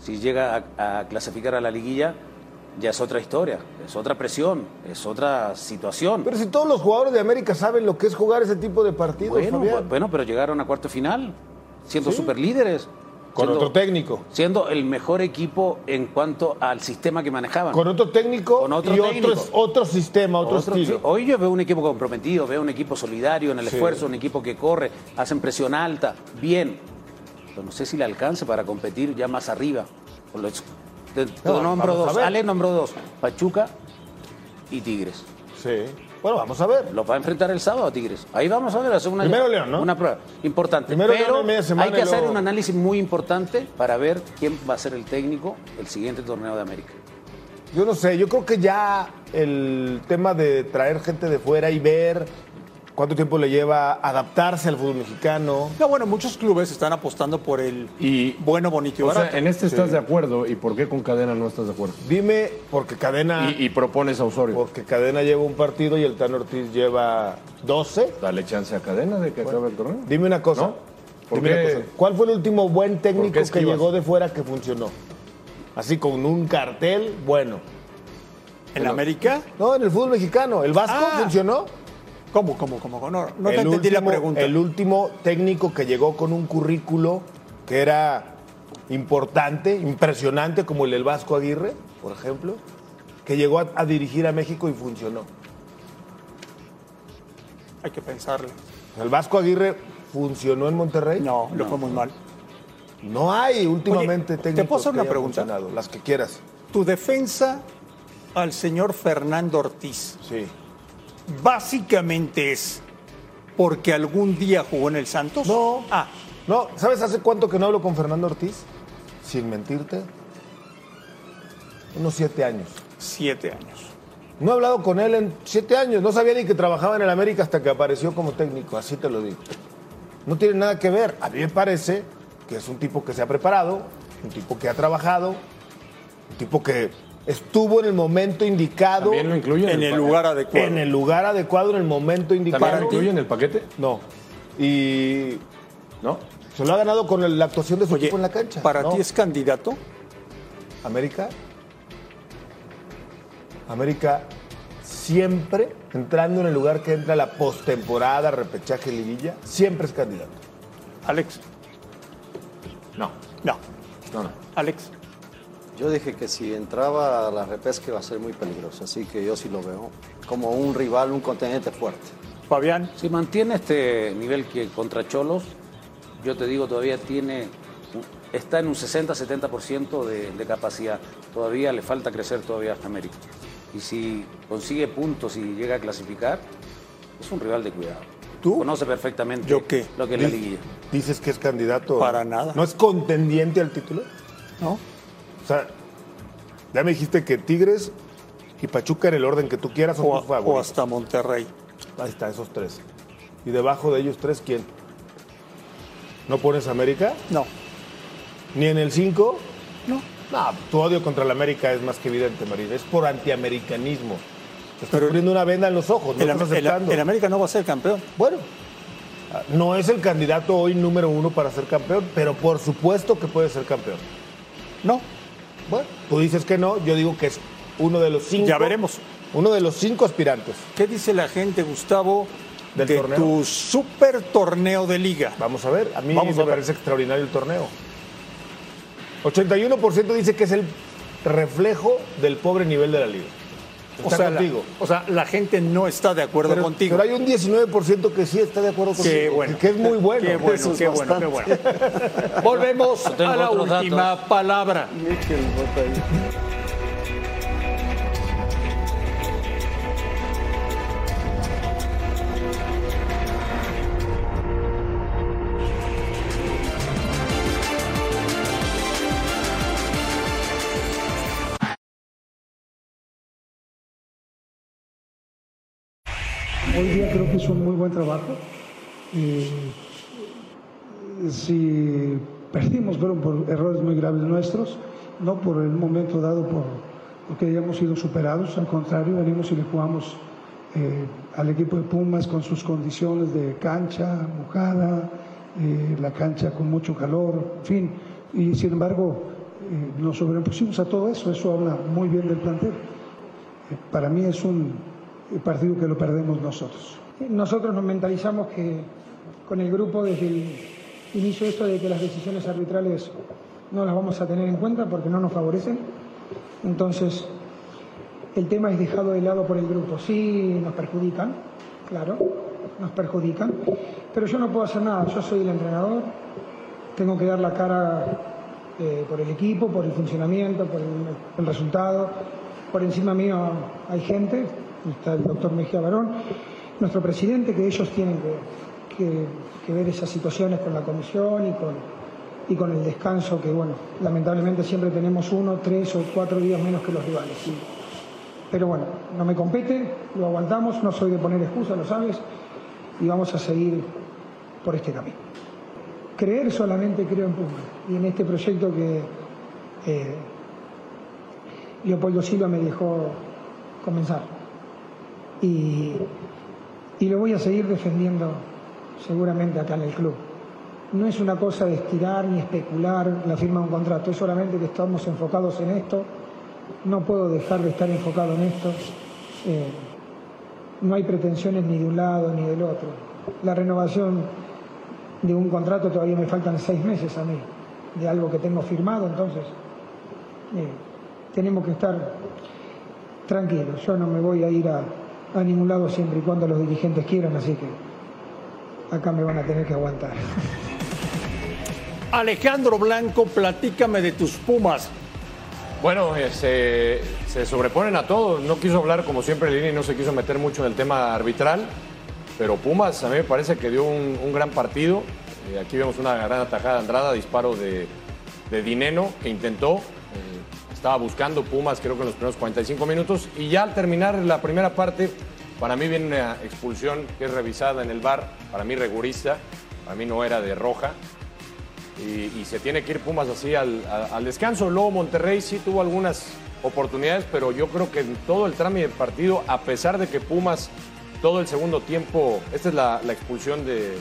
D: Si llega a, a clasificar a la liguilla, ya es otra historia, es otra presión, es otra situación.
G: Pero si todos los jugadores de América saben lo que es jugar ese tipo de partidos,
D: bueno,
G: Fabián.
D: bu- bueno, pero llegaron a cuarto final, siendo superlíderes.
G: Con
D: Siendo-
G: otro técnico.
D: Siendo el mejor equipo en cuanto al sistema que manejaban.
G: Con otro técnico
D: Con otro
G: y
D: técnico.
G: Otro, otro sistema, otro,
D: Otro-
G: estilo.
D: Hoy yo veo un equipo comprometido, veo un equipo solidario en el
G: Sí.
D: esfuerzo, un equipo que corre, hacen presión alta, bien. Pero no sé si le alcance para competir ya más arriba. Por lo- te- te
G: No,
D: nombro
G: vamos a
D: dos.
G: ver.
D: Ale nombró dos. Pachuca y Tigres.
G: Sí. Bueno, vamos a ver.
D: Los va a enfrentar el sábado Tigres. Ahí vamos a ver, hacer una,
G: Primero León, ¿no?
D: una prueba importante.
G: Primero
D: Pero
G: León en media semana
D: hay que
G: y luego-
D: hacer un análisis muy importante para ver quién va a ser el técnico el siguiente torneo de América.
G: Yo no sé, yo creo que ya el tema de traer gente de fuera y ver cuánto tiempo le lleva adaptarse al fútbol mexicano.
C: No, bueno, muchos clubes están apostando por el
F: Y-
C: bueno, bonito y
F: O sea,
C: barato.
F: en este estás de acuerdo y por qué con cadena no estás de acuerdo.
G: Dime, porque Cadena,
F: Y, y propones a Osorio.
G: porque Cadena lleva un partido y el Tan Ortiz lleva 12.
F: Dale chance a cadena de que acabe el torneo.
G: Dime una cosa.
F: ¿No? ¿Por
G: Dime
F: qué?
G: una cosa. ¿Cuál fue el último buen
F: ¿Por
G: técnico
F: qué
G: que
F: esquivas?
G: llegó de fuera que funcionó? Así con un cartel bueno.
C: ¿En América?
G: No, en el fútbol mexicano. ¿El Vasco
C: Ah.
G: funcionó?
C: ¿Cómo, cómo, cómo? cómo? No, no te
G: El
C: entendí la
G: último-
C: pregunta.
G: El último técnico que llegó con un currículo que era importante, impresionante, como el del Vasco Aguirre, por ejemplo, que llegó a, a dirigir a México y funcionó.
C: Hay que pensarlo.
G: ¿El Vasco Aguirre funcionó en Monterrey?
C: No, lo fue muy mal.
G: No hay últimamente
C: Oye, ¿te
G: técnicos
C: puedo hacer
G: que
C: una
G: hayan
C: pregunta?
G: funcionado, las que quieras.
C: Tu defensa al señor Fernando Ortiz
G: Sí.
C: básicamente es porque algún día jugó en el Santos.
G: No.
C: Ah,
G: No, ¿sabes hace cuánto que no hablo con Fernando Ortiz? Sin mentirte. Unos siete años.
C: siete años.
G: No he hablado con él en siete años. No sabía ni que trabajaba en el América hasta que apareció como técnico, así te lo digo. No tiene nada que ver. A mí me parece que es un tipo que se ha preparado, un tipo que ha trabajado, un tipo que estuvo en el momento indicado,
F: También lo incluyen.
C: En el lugar adecuado.
G: en el lugar adecuado, en el momento
F: ¿También lo
G: indicado.
F: incluyen en el paquete?
G: No. Y
F: ¿No?
G: se lo ha ganado con el- la actuación de su
C: Oye,
G: equipo en la cancha.
C: ¿Para
G: ¿no?
C: ti es candidato?
G: América. América siempre entrando en el lugar que entra la postemporada, repechaje, liguilla, siempre es candidato.
C: Alex.
F: No.
C: No.
F: No, no.
C: Alex.
E: Yo dije que si entraba a la repesca iba a ser muy peligroso, así que yo sí lo veo como un rival, un contendiente fuerte.
C: Fabián.
D: Si mantiene este nivel que contra Cholos, yo te digo, todavía tiene, está en un 60-70% de, de capacidad. Todavía le falta crecer todavía hasta América. Y si consigue puntos y llega a clasificar, es un rival de cuidado.
C: ¿Tú?
D: Conoce perfectamente
C: ¿Yo qué?
D: lo que es la liguilla.
G: Dices que es candidato.
C: Para nada.
G: ¿No es contendiente al título?
C: ¿No?
G: O sea, ya me dijiste que Tigres y Pachuca en el orden que tú quieras son
C: O,
G: tus
C: o
G: favoritos.
C: hasta Monterrey.
G: Ahí está, esos tres. Y debajo de ellos tres, ¿quién? ¿No pones América?
C: No.
G: ¿Ni en el 5?
C: No.
G: No, tu odio contra la América es más que evidente, Marín. Es por antiamericanismo. Te estás
C: Pero-
G: poniendo una venda en los ojos, no
C: El,
G: estás
C: Am- el-
G: aceptando.
C: el América no va a ser campeón.
G: bueno, ah, no es el candidato hoy número uno para ser campeón, pero por supuesto que puede ser campeón.
C: No.
G: Bueno, tú dices que no, yo digo que es uno de los cinco.
C: Ya veremos.
G: Uno de los cinco aspirantes.
C: ¿Qué dice la gente, Gustavo,
G: ¿Del
C: de
G: torneo?
C: tu super torneo de liga?
G: Vamos a ver, a mí
C: Vamos
G: me
C: a ver.
G: parece extraordinario el torneo. 81% dice que es el reflejo del pobre nivel de la liga.
C: O
G: Está
C: sea, la,
G: contigo.
C: o sea, la gente no está de acuerdo
G: pero,
C: contigo.
G: pero hay un 19% que sí está de acuerdo
C: Qué
G: contigo.
C: bueno.
G: Que es muy bueno.
C: Qué bueno,
E: Eso es
C: qué bueno, qué bueno. Volvemos
D: Yo tengo
C: a la
D: otros datos.
C: última palabra.
J: Hoy día creo que es un muy buen trabajo. Eh, si perdimos fueron por errores muy graves nuestros, no por el momento dado por porque hayamos sido superados, al contrario, venimos y le jugamos eh, al equipo de Pumas con sus condiciones de cancha mojada, eh, la cancha con mucho calor, en fin, y sin embargo eh, nos sobrepusimos a todo eso, eso habla muy bien del plantel. Eh, Para mí es un eh, partido que lo perdemos nosotros. Nosotros nos mentalizamos que con el grupo desde el,
K: inicio esto de que las decisiones arbitrales no las vamos a tener en cuenta porque no nos favorecen. Entonces, el tema es dejado de lado por el grupo. Sí, nos perjudican, claro, nos perjudican, pero yo no puedo hacer nada, yo soy el entrenador, tengo que dar la cara eh, por el equipo, por el funcionamiento, por el, el resultado. Por encima mío hay gente, está el doctor Mejía Barón, nuestro presidente, que ellos tienen que, que- que ver esas situaciones con la comisión y con, y con el descanso, que bueno, lamentablemente siempre tenemos uno, tres o cuatro días menos que los rivales. y- pero bueno, no me compete, lo aguantamos, no soy de poner excusas, lo sabes, y vamos a seguir por este camino. Creer solamente creo en Puma y en este proyecto que eh, Leopoldo Silva me dejó comenzar. Y, y lo voy a seguir defendiendo seguramente acá en el club. No es una cosa de estirar ni especular la firma de un contrato, es solamente que estamos enfocados en esto no puedo dejar de estar enfocado en esto. Eh, no hay pretensiones ni de un lado ni del otro. La renovación de un contrato todavía me faltan seis meses a mí, de algo que tengo firmado, entonces eh, tenemos que estar tranquilos. Yo no me voy a ir a, a ningún lado siempre y cuando los dirigentes quieran, así que acá me van a tener que aguantar.
C: Alejandro Blanco, platícame de tus Pumas.
F: Bueno, eh, se, se sobreponen a todos. No quiso hablar, como siempre, Lini, no se quiso meter mucho en el tema arbitral. Pero Pumas, a mí me parece que dio un, un gran partido. Eh, aquí vemos una gran atajada de Andrada, disparo de, de Dineno, que intentó. eh, estaba buscando Pumas, creo que en los primeros 45 minutos. Y ya al terminar la primera parte, para mí viene una expulsión que es revisada en el bar. Para mí, rigurista. Para mí no era de roja y, y se tiene que ir Pumas así al, a- al descanso. Luego Monterrey sí tuvo algunas oportunidades, pero yo creo que en todo el trámite del partido, a pesar de que Pumas todo el segundo tiempo, esta es la, la expulsión de,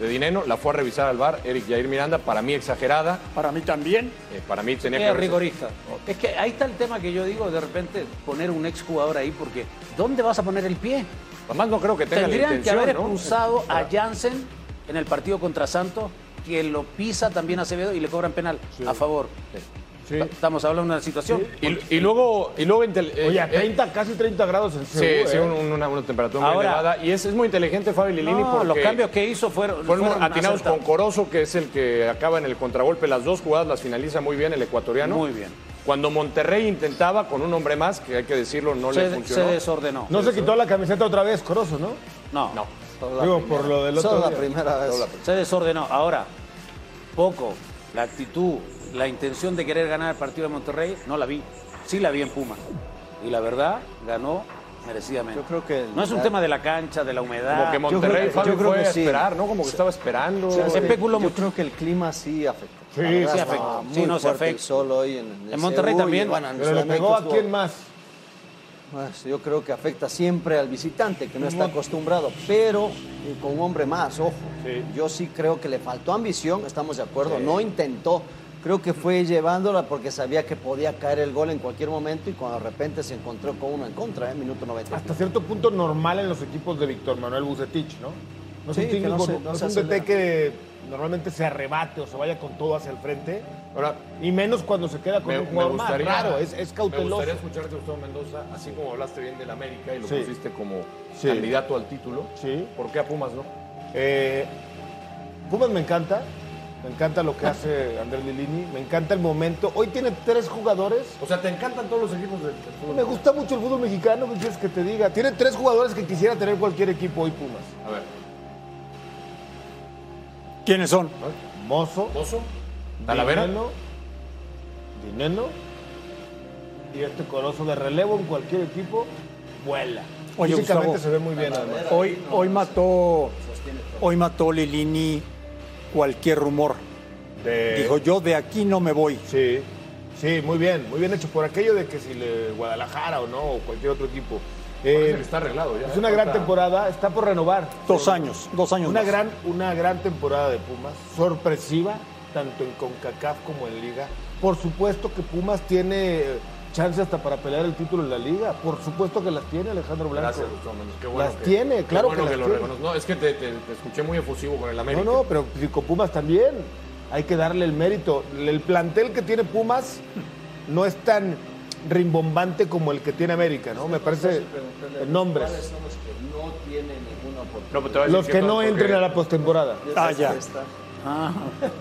F: de Dineno, la fue a revisar al bar Eric Jair Miranda, para mí exagerada. Eh,
C: Para mí también.
F: para mí tenía
D: Sí,
F: que
D: es
F: haber-
D: rigorista. Es que ahí está el tema que yo digo, de repente poner un exjugador ahí, porque ¿dónde vas a poner el pie?
F: Además no creo que tenga la
D: Tendrían
F: intención,
D: que haber
F: ¿no?
D: expulsado a Jansen en el partido contra Santos, que lo pisa también Acevedo y le cobran penal a favor.
F: Sí.
D: Estamos hablando de una situación.
F: Y, y luego, y luego intel- eh,
D: Oye, a
F: eh,
G: 30, casi 30 grados en
F: Sí, sí, un- un- una, una temperatura muy
D: ¿eh? Ahora-
F: elevada. Y es, es muy inteligente Fabio Lilini
D: No,
F: porque
D: los cambios que hizo fueron,
F: Fueron
D: fueron
F: atinados con
D: acertados.
F: Corozo, que es el que acaba en el contragolpe. Las dos jugadas las finaliza muy bien el ecuatoriano.
D: Muy bien.
F: Cuando Monterrey intentaba con un hombre más, que hay que decirlo, no le funcionó.
G: No se quitó la camiseta otra vez, Corozo, ¿no?
D: No.
G: la Digo, primera. por lo del otro Solo la día. primera vez.
D: Solo la primera. Se desordenó. Ahora, poco, la actitud, la intención de querer ganar el partido de Monterrey, no la vi. Sí la vi en Puma. Y la verdad, ganó merecidamente. Yo creo que no es un
F: la-
D: tema de la cancha, de la humedad.
F: Como que Monterrey, Fabio, fue a esperar, ¿no? Como que estaba esperando.
E: Sí,
D: Se especuló
E: yo
D: mucho.
E: creo que el clima sí afectó.
D: Sí,
E: La verdad,
D: sí
E: estaba
D: afectó.
E: muy
D: Sí, no, se
E: fuerte el
D: afecta.
E: sol hoy en, el
D: En Monterrey
E: Ceú y,
D: también.
E: bueno, en
D: Pero le
E: Sudamérica
D: pegó a
E: estuvo-
D: quién
G: más.
E: Pues, yo creo que afecta siempre al visitante, que no está
G: Ujú.
E: acostumbrado, pero eh, con un hombre más, ojo. Yo sí creo que le faltó ambición, estamos de acuerdo,
D: Sí.
E: no intentó. Creo que fue llevándola porque sabía que podía caer el gol en cualquier momento y cuando de repente se encontró con uno en contra, en minuto 90.
G: Hasta cierto punto normal en los equipos de Víctor Manuel Bucetich, ¿no? No es
E: Sí,
G: un
E: que
G: técnico,
E: no se-
G: no
E: no
G: es
E: se
G: un DT
E: acelera.
G: que normalmente se arrebate o se vaya con todo hacia el frente. y menos cuando se queda con
F: Me-
G: un
F: me
G: jugador
F: gustaría-
G: más raro, es, es
F: Me
G: cauteloso.
F: gustaría escucharte, Gustavo Mendoza, así como hablaste bien del América y lo
G: Sí.
F: pusiste como
G: Sí.
F: candidato al título.
G: Sí.
F: ¿Por qué a Pumas no?
G: Eh, Pumas me encanta. Me encanta lo que hace Andrés Lilini. Me encanta el momento. Hoy tiene tres jugadores.
F: O sea, te encantan todos los equipos del fútbol.
G: Me gusta mucho el fútbol mexicano. ¿Qué quieres que te diga? Tiene tres jugadores que quisiera tener cualquier equipo hoy, Pumas.
F: A ver.
C: ¿Quiénes son?
G: Mozo.
F: Mozo. Talavera.
G: Dineno. Dineno. Y este corozo de relevo en cualquier equipo vuela.
C: Oye,
G: Físicamente
C: Gustavo,
G: se ve muy bien, además.
C: Hoy, hoy mató, hoy mató Lilini cualquier rumor.
G: De-
C: Dijo, yo de aquí no me voy.
G: Sí, sí, muy bien, muy bien hecho. Por aquello de que si le Guadalajara o no, o cualquier otro equipo.
F: Parece que está arreglado ya,
G: Es
F: ¿eh?
G: una gran
F: Falta-
G: temporada, está por renovar.
C: Dos años, dos años
G: Una
C: más.
G: gran, una gran temporada de Pumas, sorpresiva, tanto en CONCACAF como en Liga. Por supuesto que Pumas tiene eh, chance hasta para pelear el título en la liga. Por supuesto que las tiene Alejandro Blanco.
F: Gracias, Gustavo Mendes. Qué bueno
G: las
F: que-
G: tiene,
F: qué
G: claro
F: bueno lo
G: que, las tiene.
F: reconoce. No, es que te, te- te escuché muy efusivo con el América.
G: No, no, pero si con Pumas también. Hay que darle el mérito. El plantel que tiene Pumas no es tan rimbombante como el que tiene América, ¿no? Me parece en nombres.
I: no tiene ninguna oportunidad.
G: Los que no entren a la postemporada.
I: Ah, ya.
G: Ah.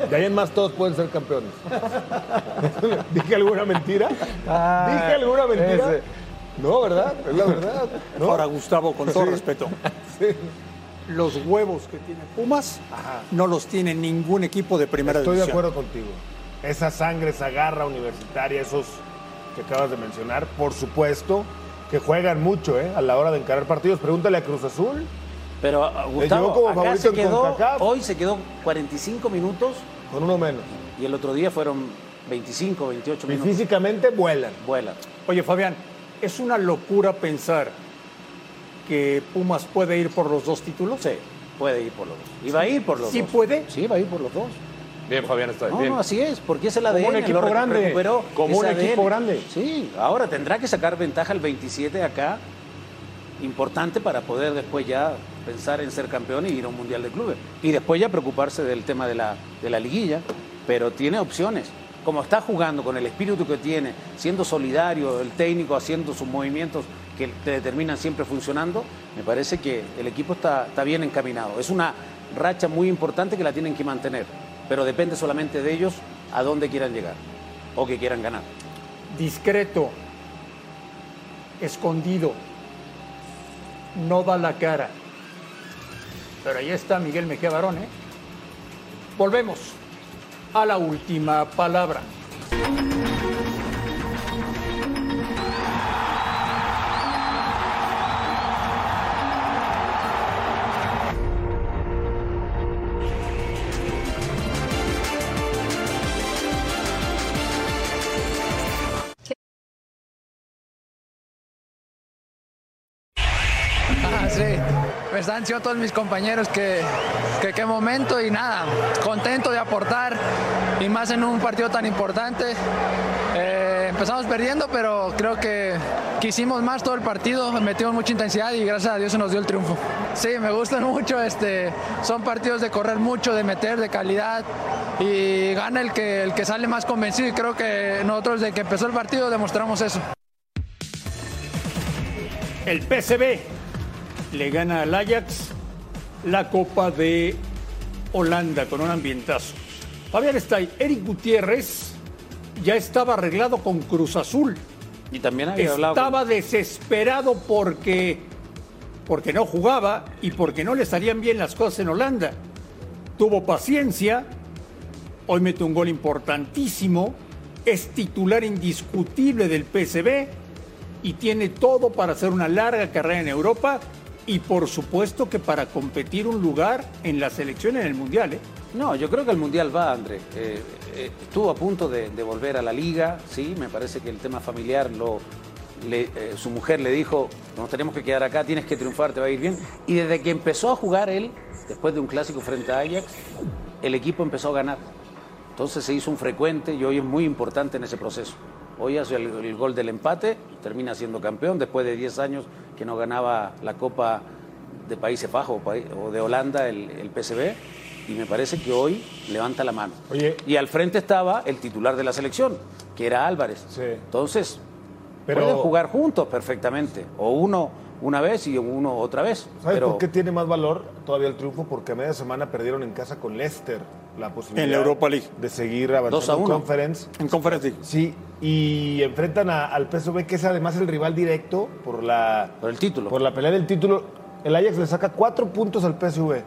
G: De ahí en más todos pueden ser campeones. ¿Dije alguna mentira? ¿Dije alguna mentira?
J: ese.
G: No, ¿verdad? Es la verdad. ¿no?
C: Ahora, Gustavo, con todo
G: Sí.
C: respeto, los huevos que tiene Pumas no los tiene ningún equipo de primera
G: Estoy de
C: división.
G: acuerdo contigo. Esa sangre, esa garra universitaria, esos que acabas de mencionar, por supuesto, que juegan mucho ¿eh? a la hora de encarar partidos. Pregúntale a Cruz Azul.
D: Pero ah,
G: llevó
D: Gustavo,
G: como
D: acá
G: favorito
D: se
G: en
D: quedó,
G: CONCACAF.
D: hoy se quedó 45 minutos
G: con uno menos.
D: Y el otro día fueron 25, 28
G: Y
D: minutos.
G: físicamente vuelan.
D: Vuela.
C: Oye, Fabián, es una locura pensar que Pumas puede ir por los dos títulos. Sí,
D: puede ir por los dos. Y va a ir por los
C: ¿Sí
D: dos.
C: puede? Pues
D: Sí, va a ir por los dos.
F: Bien, Fabián, está
D: No,
F: bien.
D: no, así es, porque es el
F: Como
D: ADN.
F: un equipo
D: lo recu-
F: grande,
D: recuperó,
F: como
D: es
F: un equipo
D: grande. Sí, ahora tendrá que sacar ventaja el 27 acá, importante para poder después ya pensar en ser campeón y ir a un Mundial de Clubes. Y después ya preocuparse del tema de la, de la liguilla, pero tiene opciones. Como está jugando con el espíritu que tiene, siendo solidario, el técnico haciendo sus movimientos que te determinan siempre funcionando, me parece que el equipo está, está bien encaminado. Es una racha muy importante que la tienen que mantener, pero depende solamente de ellos a dónde quieran llegar o que quieran ganar.
C: discreto, escondido, no da la cara. Pero ahí está Miguel Mejía Barón, ¿eh? Volvemos a la última palabra.
L: Ah, sí. Pues han sido todos mis compañeros que, que qué momento y nada, contento de aportar y más en un partido tan importante. Eh, empezamos perdiendo, pero creo que quisimos más todo el partido, metimos mucha intensidad y gracias a Dios se nos dio el triunfo. Sí, me gustan mucho, este, son partidos de correr mucho, de meter, de calidad y gana el que, el que sale más convencido y creo que nosotros desde que empezó el partido demostramos eso.
C: El PCB le gana al Ajax la Copa de Holanda con un ambientazo. Fabián está ahí. Eric Gutiérrez ya estaba arreglado con Cruz Azul.
D: Y también había hablado con-
C: Estaba desesperado porque, porque no jugaba y porque no le salían bien las cosas en Holanda. Tuvo paciencia, hoy mete un gol importantísimo, es titular indiscutible del PSV y tiene todo para hacer una larga carrera en Europa y por supuesto que para competir un lugar en la selección en el Mundial. ¿eh?
D: No, yo creo que el Mundial va, André. Eh, eh, estuvo a punto de, de volver a la liga, sí, me parece que el tema familiar lo... le- eh, su mujer le dijo, nos tenemos que quedar acá, tienes que triunfar, te va a ir bien. Y desde que empezó a jugar él, después de un clásico frente a Ajax, el equipo empezó a ganar. Entonces se hizo un frecuente y hoy es muy importante en ese proceso. Hoy hace el, el gol del empate, termina siendo campeón después de 10 años que no ganaba la Copa de Países Bajos o pa- o de Holanda el, el PSV y me parece que hoy levanta la mano. Y al frente estaba el titular de la selección, que era Álvarez. Entonces,
G: Pero-
D: pueden jugar juntos perfectamente, o uno una vez y uno otra vez.
G: ¿Sabes
D: pero
G: por qué tiene más valor todavía el triunfo? Porque a media semana perdieron en casa con Leicester la posibilidad
C: En la Europa League.
G: de seguir avanzando
C: Dos a uno.
G: en Conference.
C: En Conference
G: Sí, y enfrentan a- al PSV, que es además el rival directo por la,
D: por el título.
G: Por la pelea del título. El Ajax le saca cuatro puntos al PSV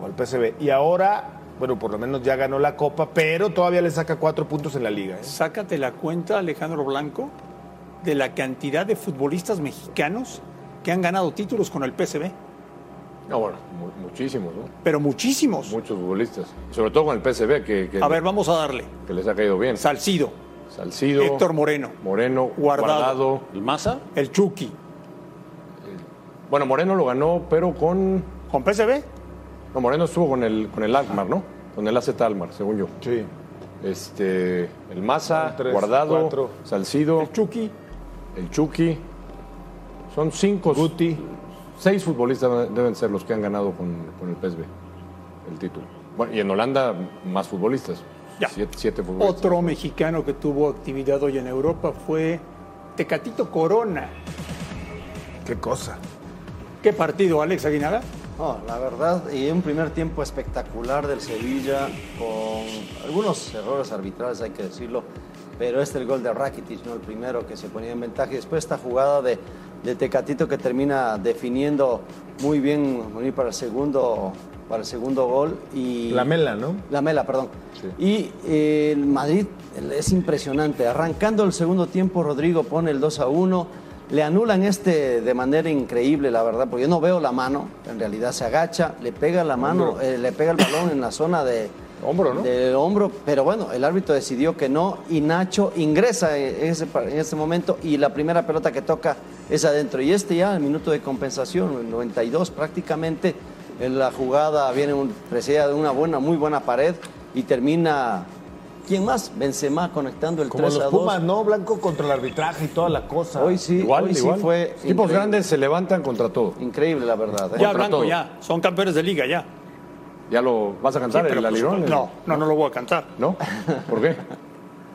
G: o al PSV. Y ahora, bueno, por lo menos ya ganó la Copa, pero todavía le saca cuatro puntos en la liga. ¿eh?
C: Sácate la cuenta, Alejandro Blanco, de la cantidad de futbolistas mexicanos que han ganado títulos con el PSV.
F: No, Ah, bueno, mu- muchísimos, ¿no?
C: Pero muchísimos.
F: Muchos futbolistas. Sobre todo con el PSV, que, que-
C: A ver, vamos a darle.
F: que les ha caído bien.
C: Salcido.
F: Salcido.
C: Héctor Moreno.
F: Moreno.
C: Guardado.
D: ¿El Maza?
C: El Chucky.
F: Bueno, Moreno lo ganó, pero con.
C: ¿Con PSV?
F: No, Moreno estuvo con el, con el Alkmaar, ¿no? Con el AZ Alkmaar, según yo.
G: Sí.
F: Este. El Maza,
G: Tres,
F: Guardado,
G: cuatro.
F: Salcido. El
C: Chucky.
F: el Chucky. Son cinco. Guti. Seis futbolistas deben ser los que han ganado con, con el PSV el título. Bueno, y en Holanda, más futbolistas. Siete, siete futbolistas.
C: Otro mexicano que tuvo actividad hoy en Europa fue Tecatito Corona.
G: ¿Qué cosa?
C: ¿Qué partido, Alex Aguinaga?
E: No, la verdad, y un primer tiempo espectacular del Sevilla, con algunos errores arbitrales, hay que decirlo, pero este el gol de Rakitic, no el primero que se ponía en ventaja. Y después esta jugada de, de Tecatito que termina definiendo muy bien muy para el segundo, para el segundo gol. Y
G: La mela, ¿no?
E: la Mela, perdón. Y eh, el Madrid es impresionante. Arrancando el segundo tiempo, Rodrigo pone el 2 a 1. Le anulan este de manera increíble, la verdad, porque yo no veo la mano. En realidad se agacha, le pega la mano, eh, le pega el balón en la zona de. Hombro,
F: ¿no?
E: Del hombro, pero bueno, el árbitro decidió que no y Nacho ingresa en ese, par- en ese momento y la primera pelota que toca es adentro. Y este ya, el minuto de compensación, el 92 prácticamente, en la jugada viene un, precedida de una buena, muy buena pared y termina, ¿quién más? Benzema conectando el
G: Como
E: 3 a
G: los
E: 2.
G: Pumas, ¿no? Blanco contra el arbitraje y toda la cosa.
E: Hoy sí,
F: Igual,
E: hoy sí
F: igual.
E: fue
F: Los equipos
E: increíble.
F: grandes se levantan contra todo.
E: Increíble, la verdad. ¿eh?
C: Ya,
F: Contra
C: Blanco,
F: todo.
C: ya. Son campeones de liga, ya.
F: ¿Ya lo vas a cantar
C: Sí, pero
F: el
C: pues,
F: alirón?
C: no, no, no lo voy a cantar.
F: ¿No? ¿Por qué?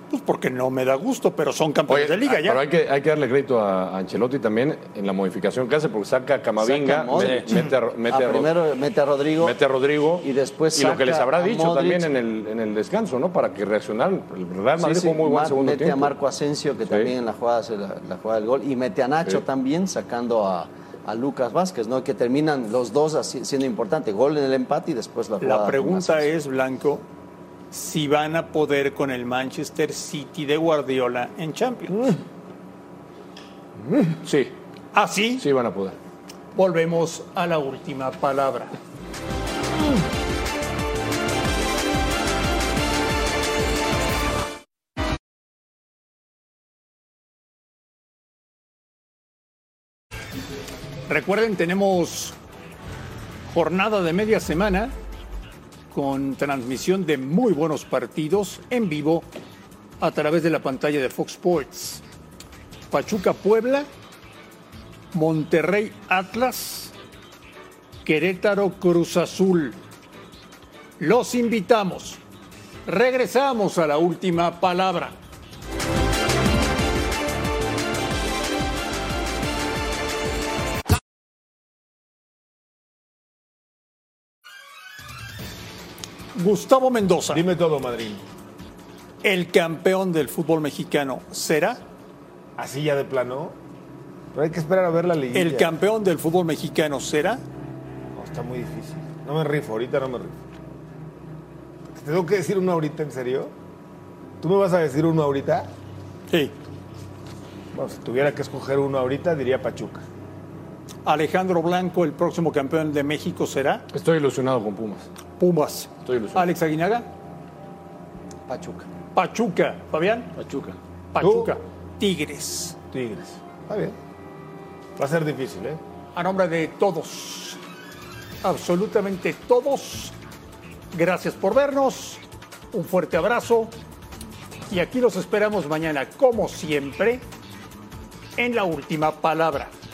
C: Pues porque no me da gusto, pero son campeones
F: Oye,
C: de liga,
F: ah,
C: ya.
F: Pero hay que, hay que darle crédito a a Ancelotti también en la modificación que hace, porque saca a Camavinga,
E: Saca a Modric.
F: me- mete a, Ro- mete
E: Ah,
F: a Ro-
E: primero mete a Rodrigo.
F: mete a Rodrigo.
E: Y después
F: Y lo
E: saca
F: que les habrá
E: a
F: dicho
E: Modric.
F: también en el, en el descanso, ¿no? Para que reaccionaran. El Real Madrid
E: Sí, sí,
F: jugó muy buen
E: Mar-
F: segundo
E: mete
F: tiempo.
E: a Marco Asensio, que también en la jugada hace la, la jugada del gol, y mete a Nacho
F: Sí.
E: también, sacando a, a Lucas Vázquez, ¿no? Que terminan los dos así- siendo importante. Gol en el empate y después la jugada.
C: La
E: con
C: pregunta
E: Asensio.
C: es, Blanco, si van a poder con el Manchester City de Guardiola en Champions.
F: Sí,
C: Así
F: Mm. sí van a poder.
C: volvemos a la última palabra. Recuerden, tenemos jornada de media semana con transmisión de muy buenos partidos en vivo a través de la pantalla de Fox Sports. Pachuca Puebla, Monterrey Atlas, Querétaro Cruz Azul. Los invitamos. Regresamos a la última palabra. Gustavo Mendoza,
G: Dime todo, Madrid.
C: el campeón del fútbol mexicano, será
G: Así ya de plano. Pero hay que esperar a ver la liguilla.
C: el campeón del fútbol mexicano, será
G: No, está muy difícil. No me rifo, ahorita no me rifo. ¿Te tengo que decir uno ahorita, en serio? ¿Tú me vas a decir uno ahorita?
C: sí.
G: Bueno, si tuviera que escoger uno ahorita, diría Pachuca.
C: Alejandro Blanco, el próximo campeón de México será
F: Estoy ilusionado con Pumas.
C: Pumas.
F: Estoy ilusionado.
C: Alex Aguinaga,
E: Pachuca.
C: Pachuca. Fabián,
M: Pachuca.
C: Pachuca. Tigres.
G: Tigres. Está bien. Va a ser difícil, ¿eh?
C: A nombre de todos, absolutamente todos, gracias por vernos. Un fuerte abrazo. Y aquí los esperamos mañana, como siempre, en la última palabra.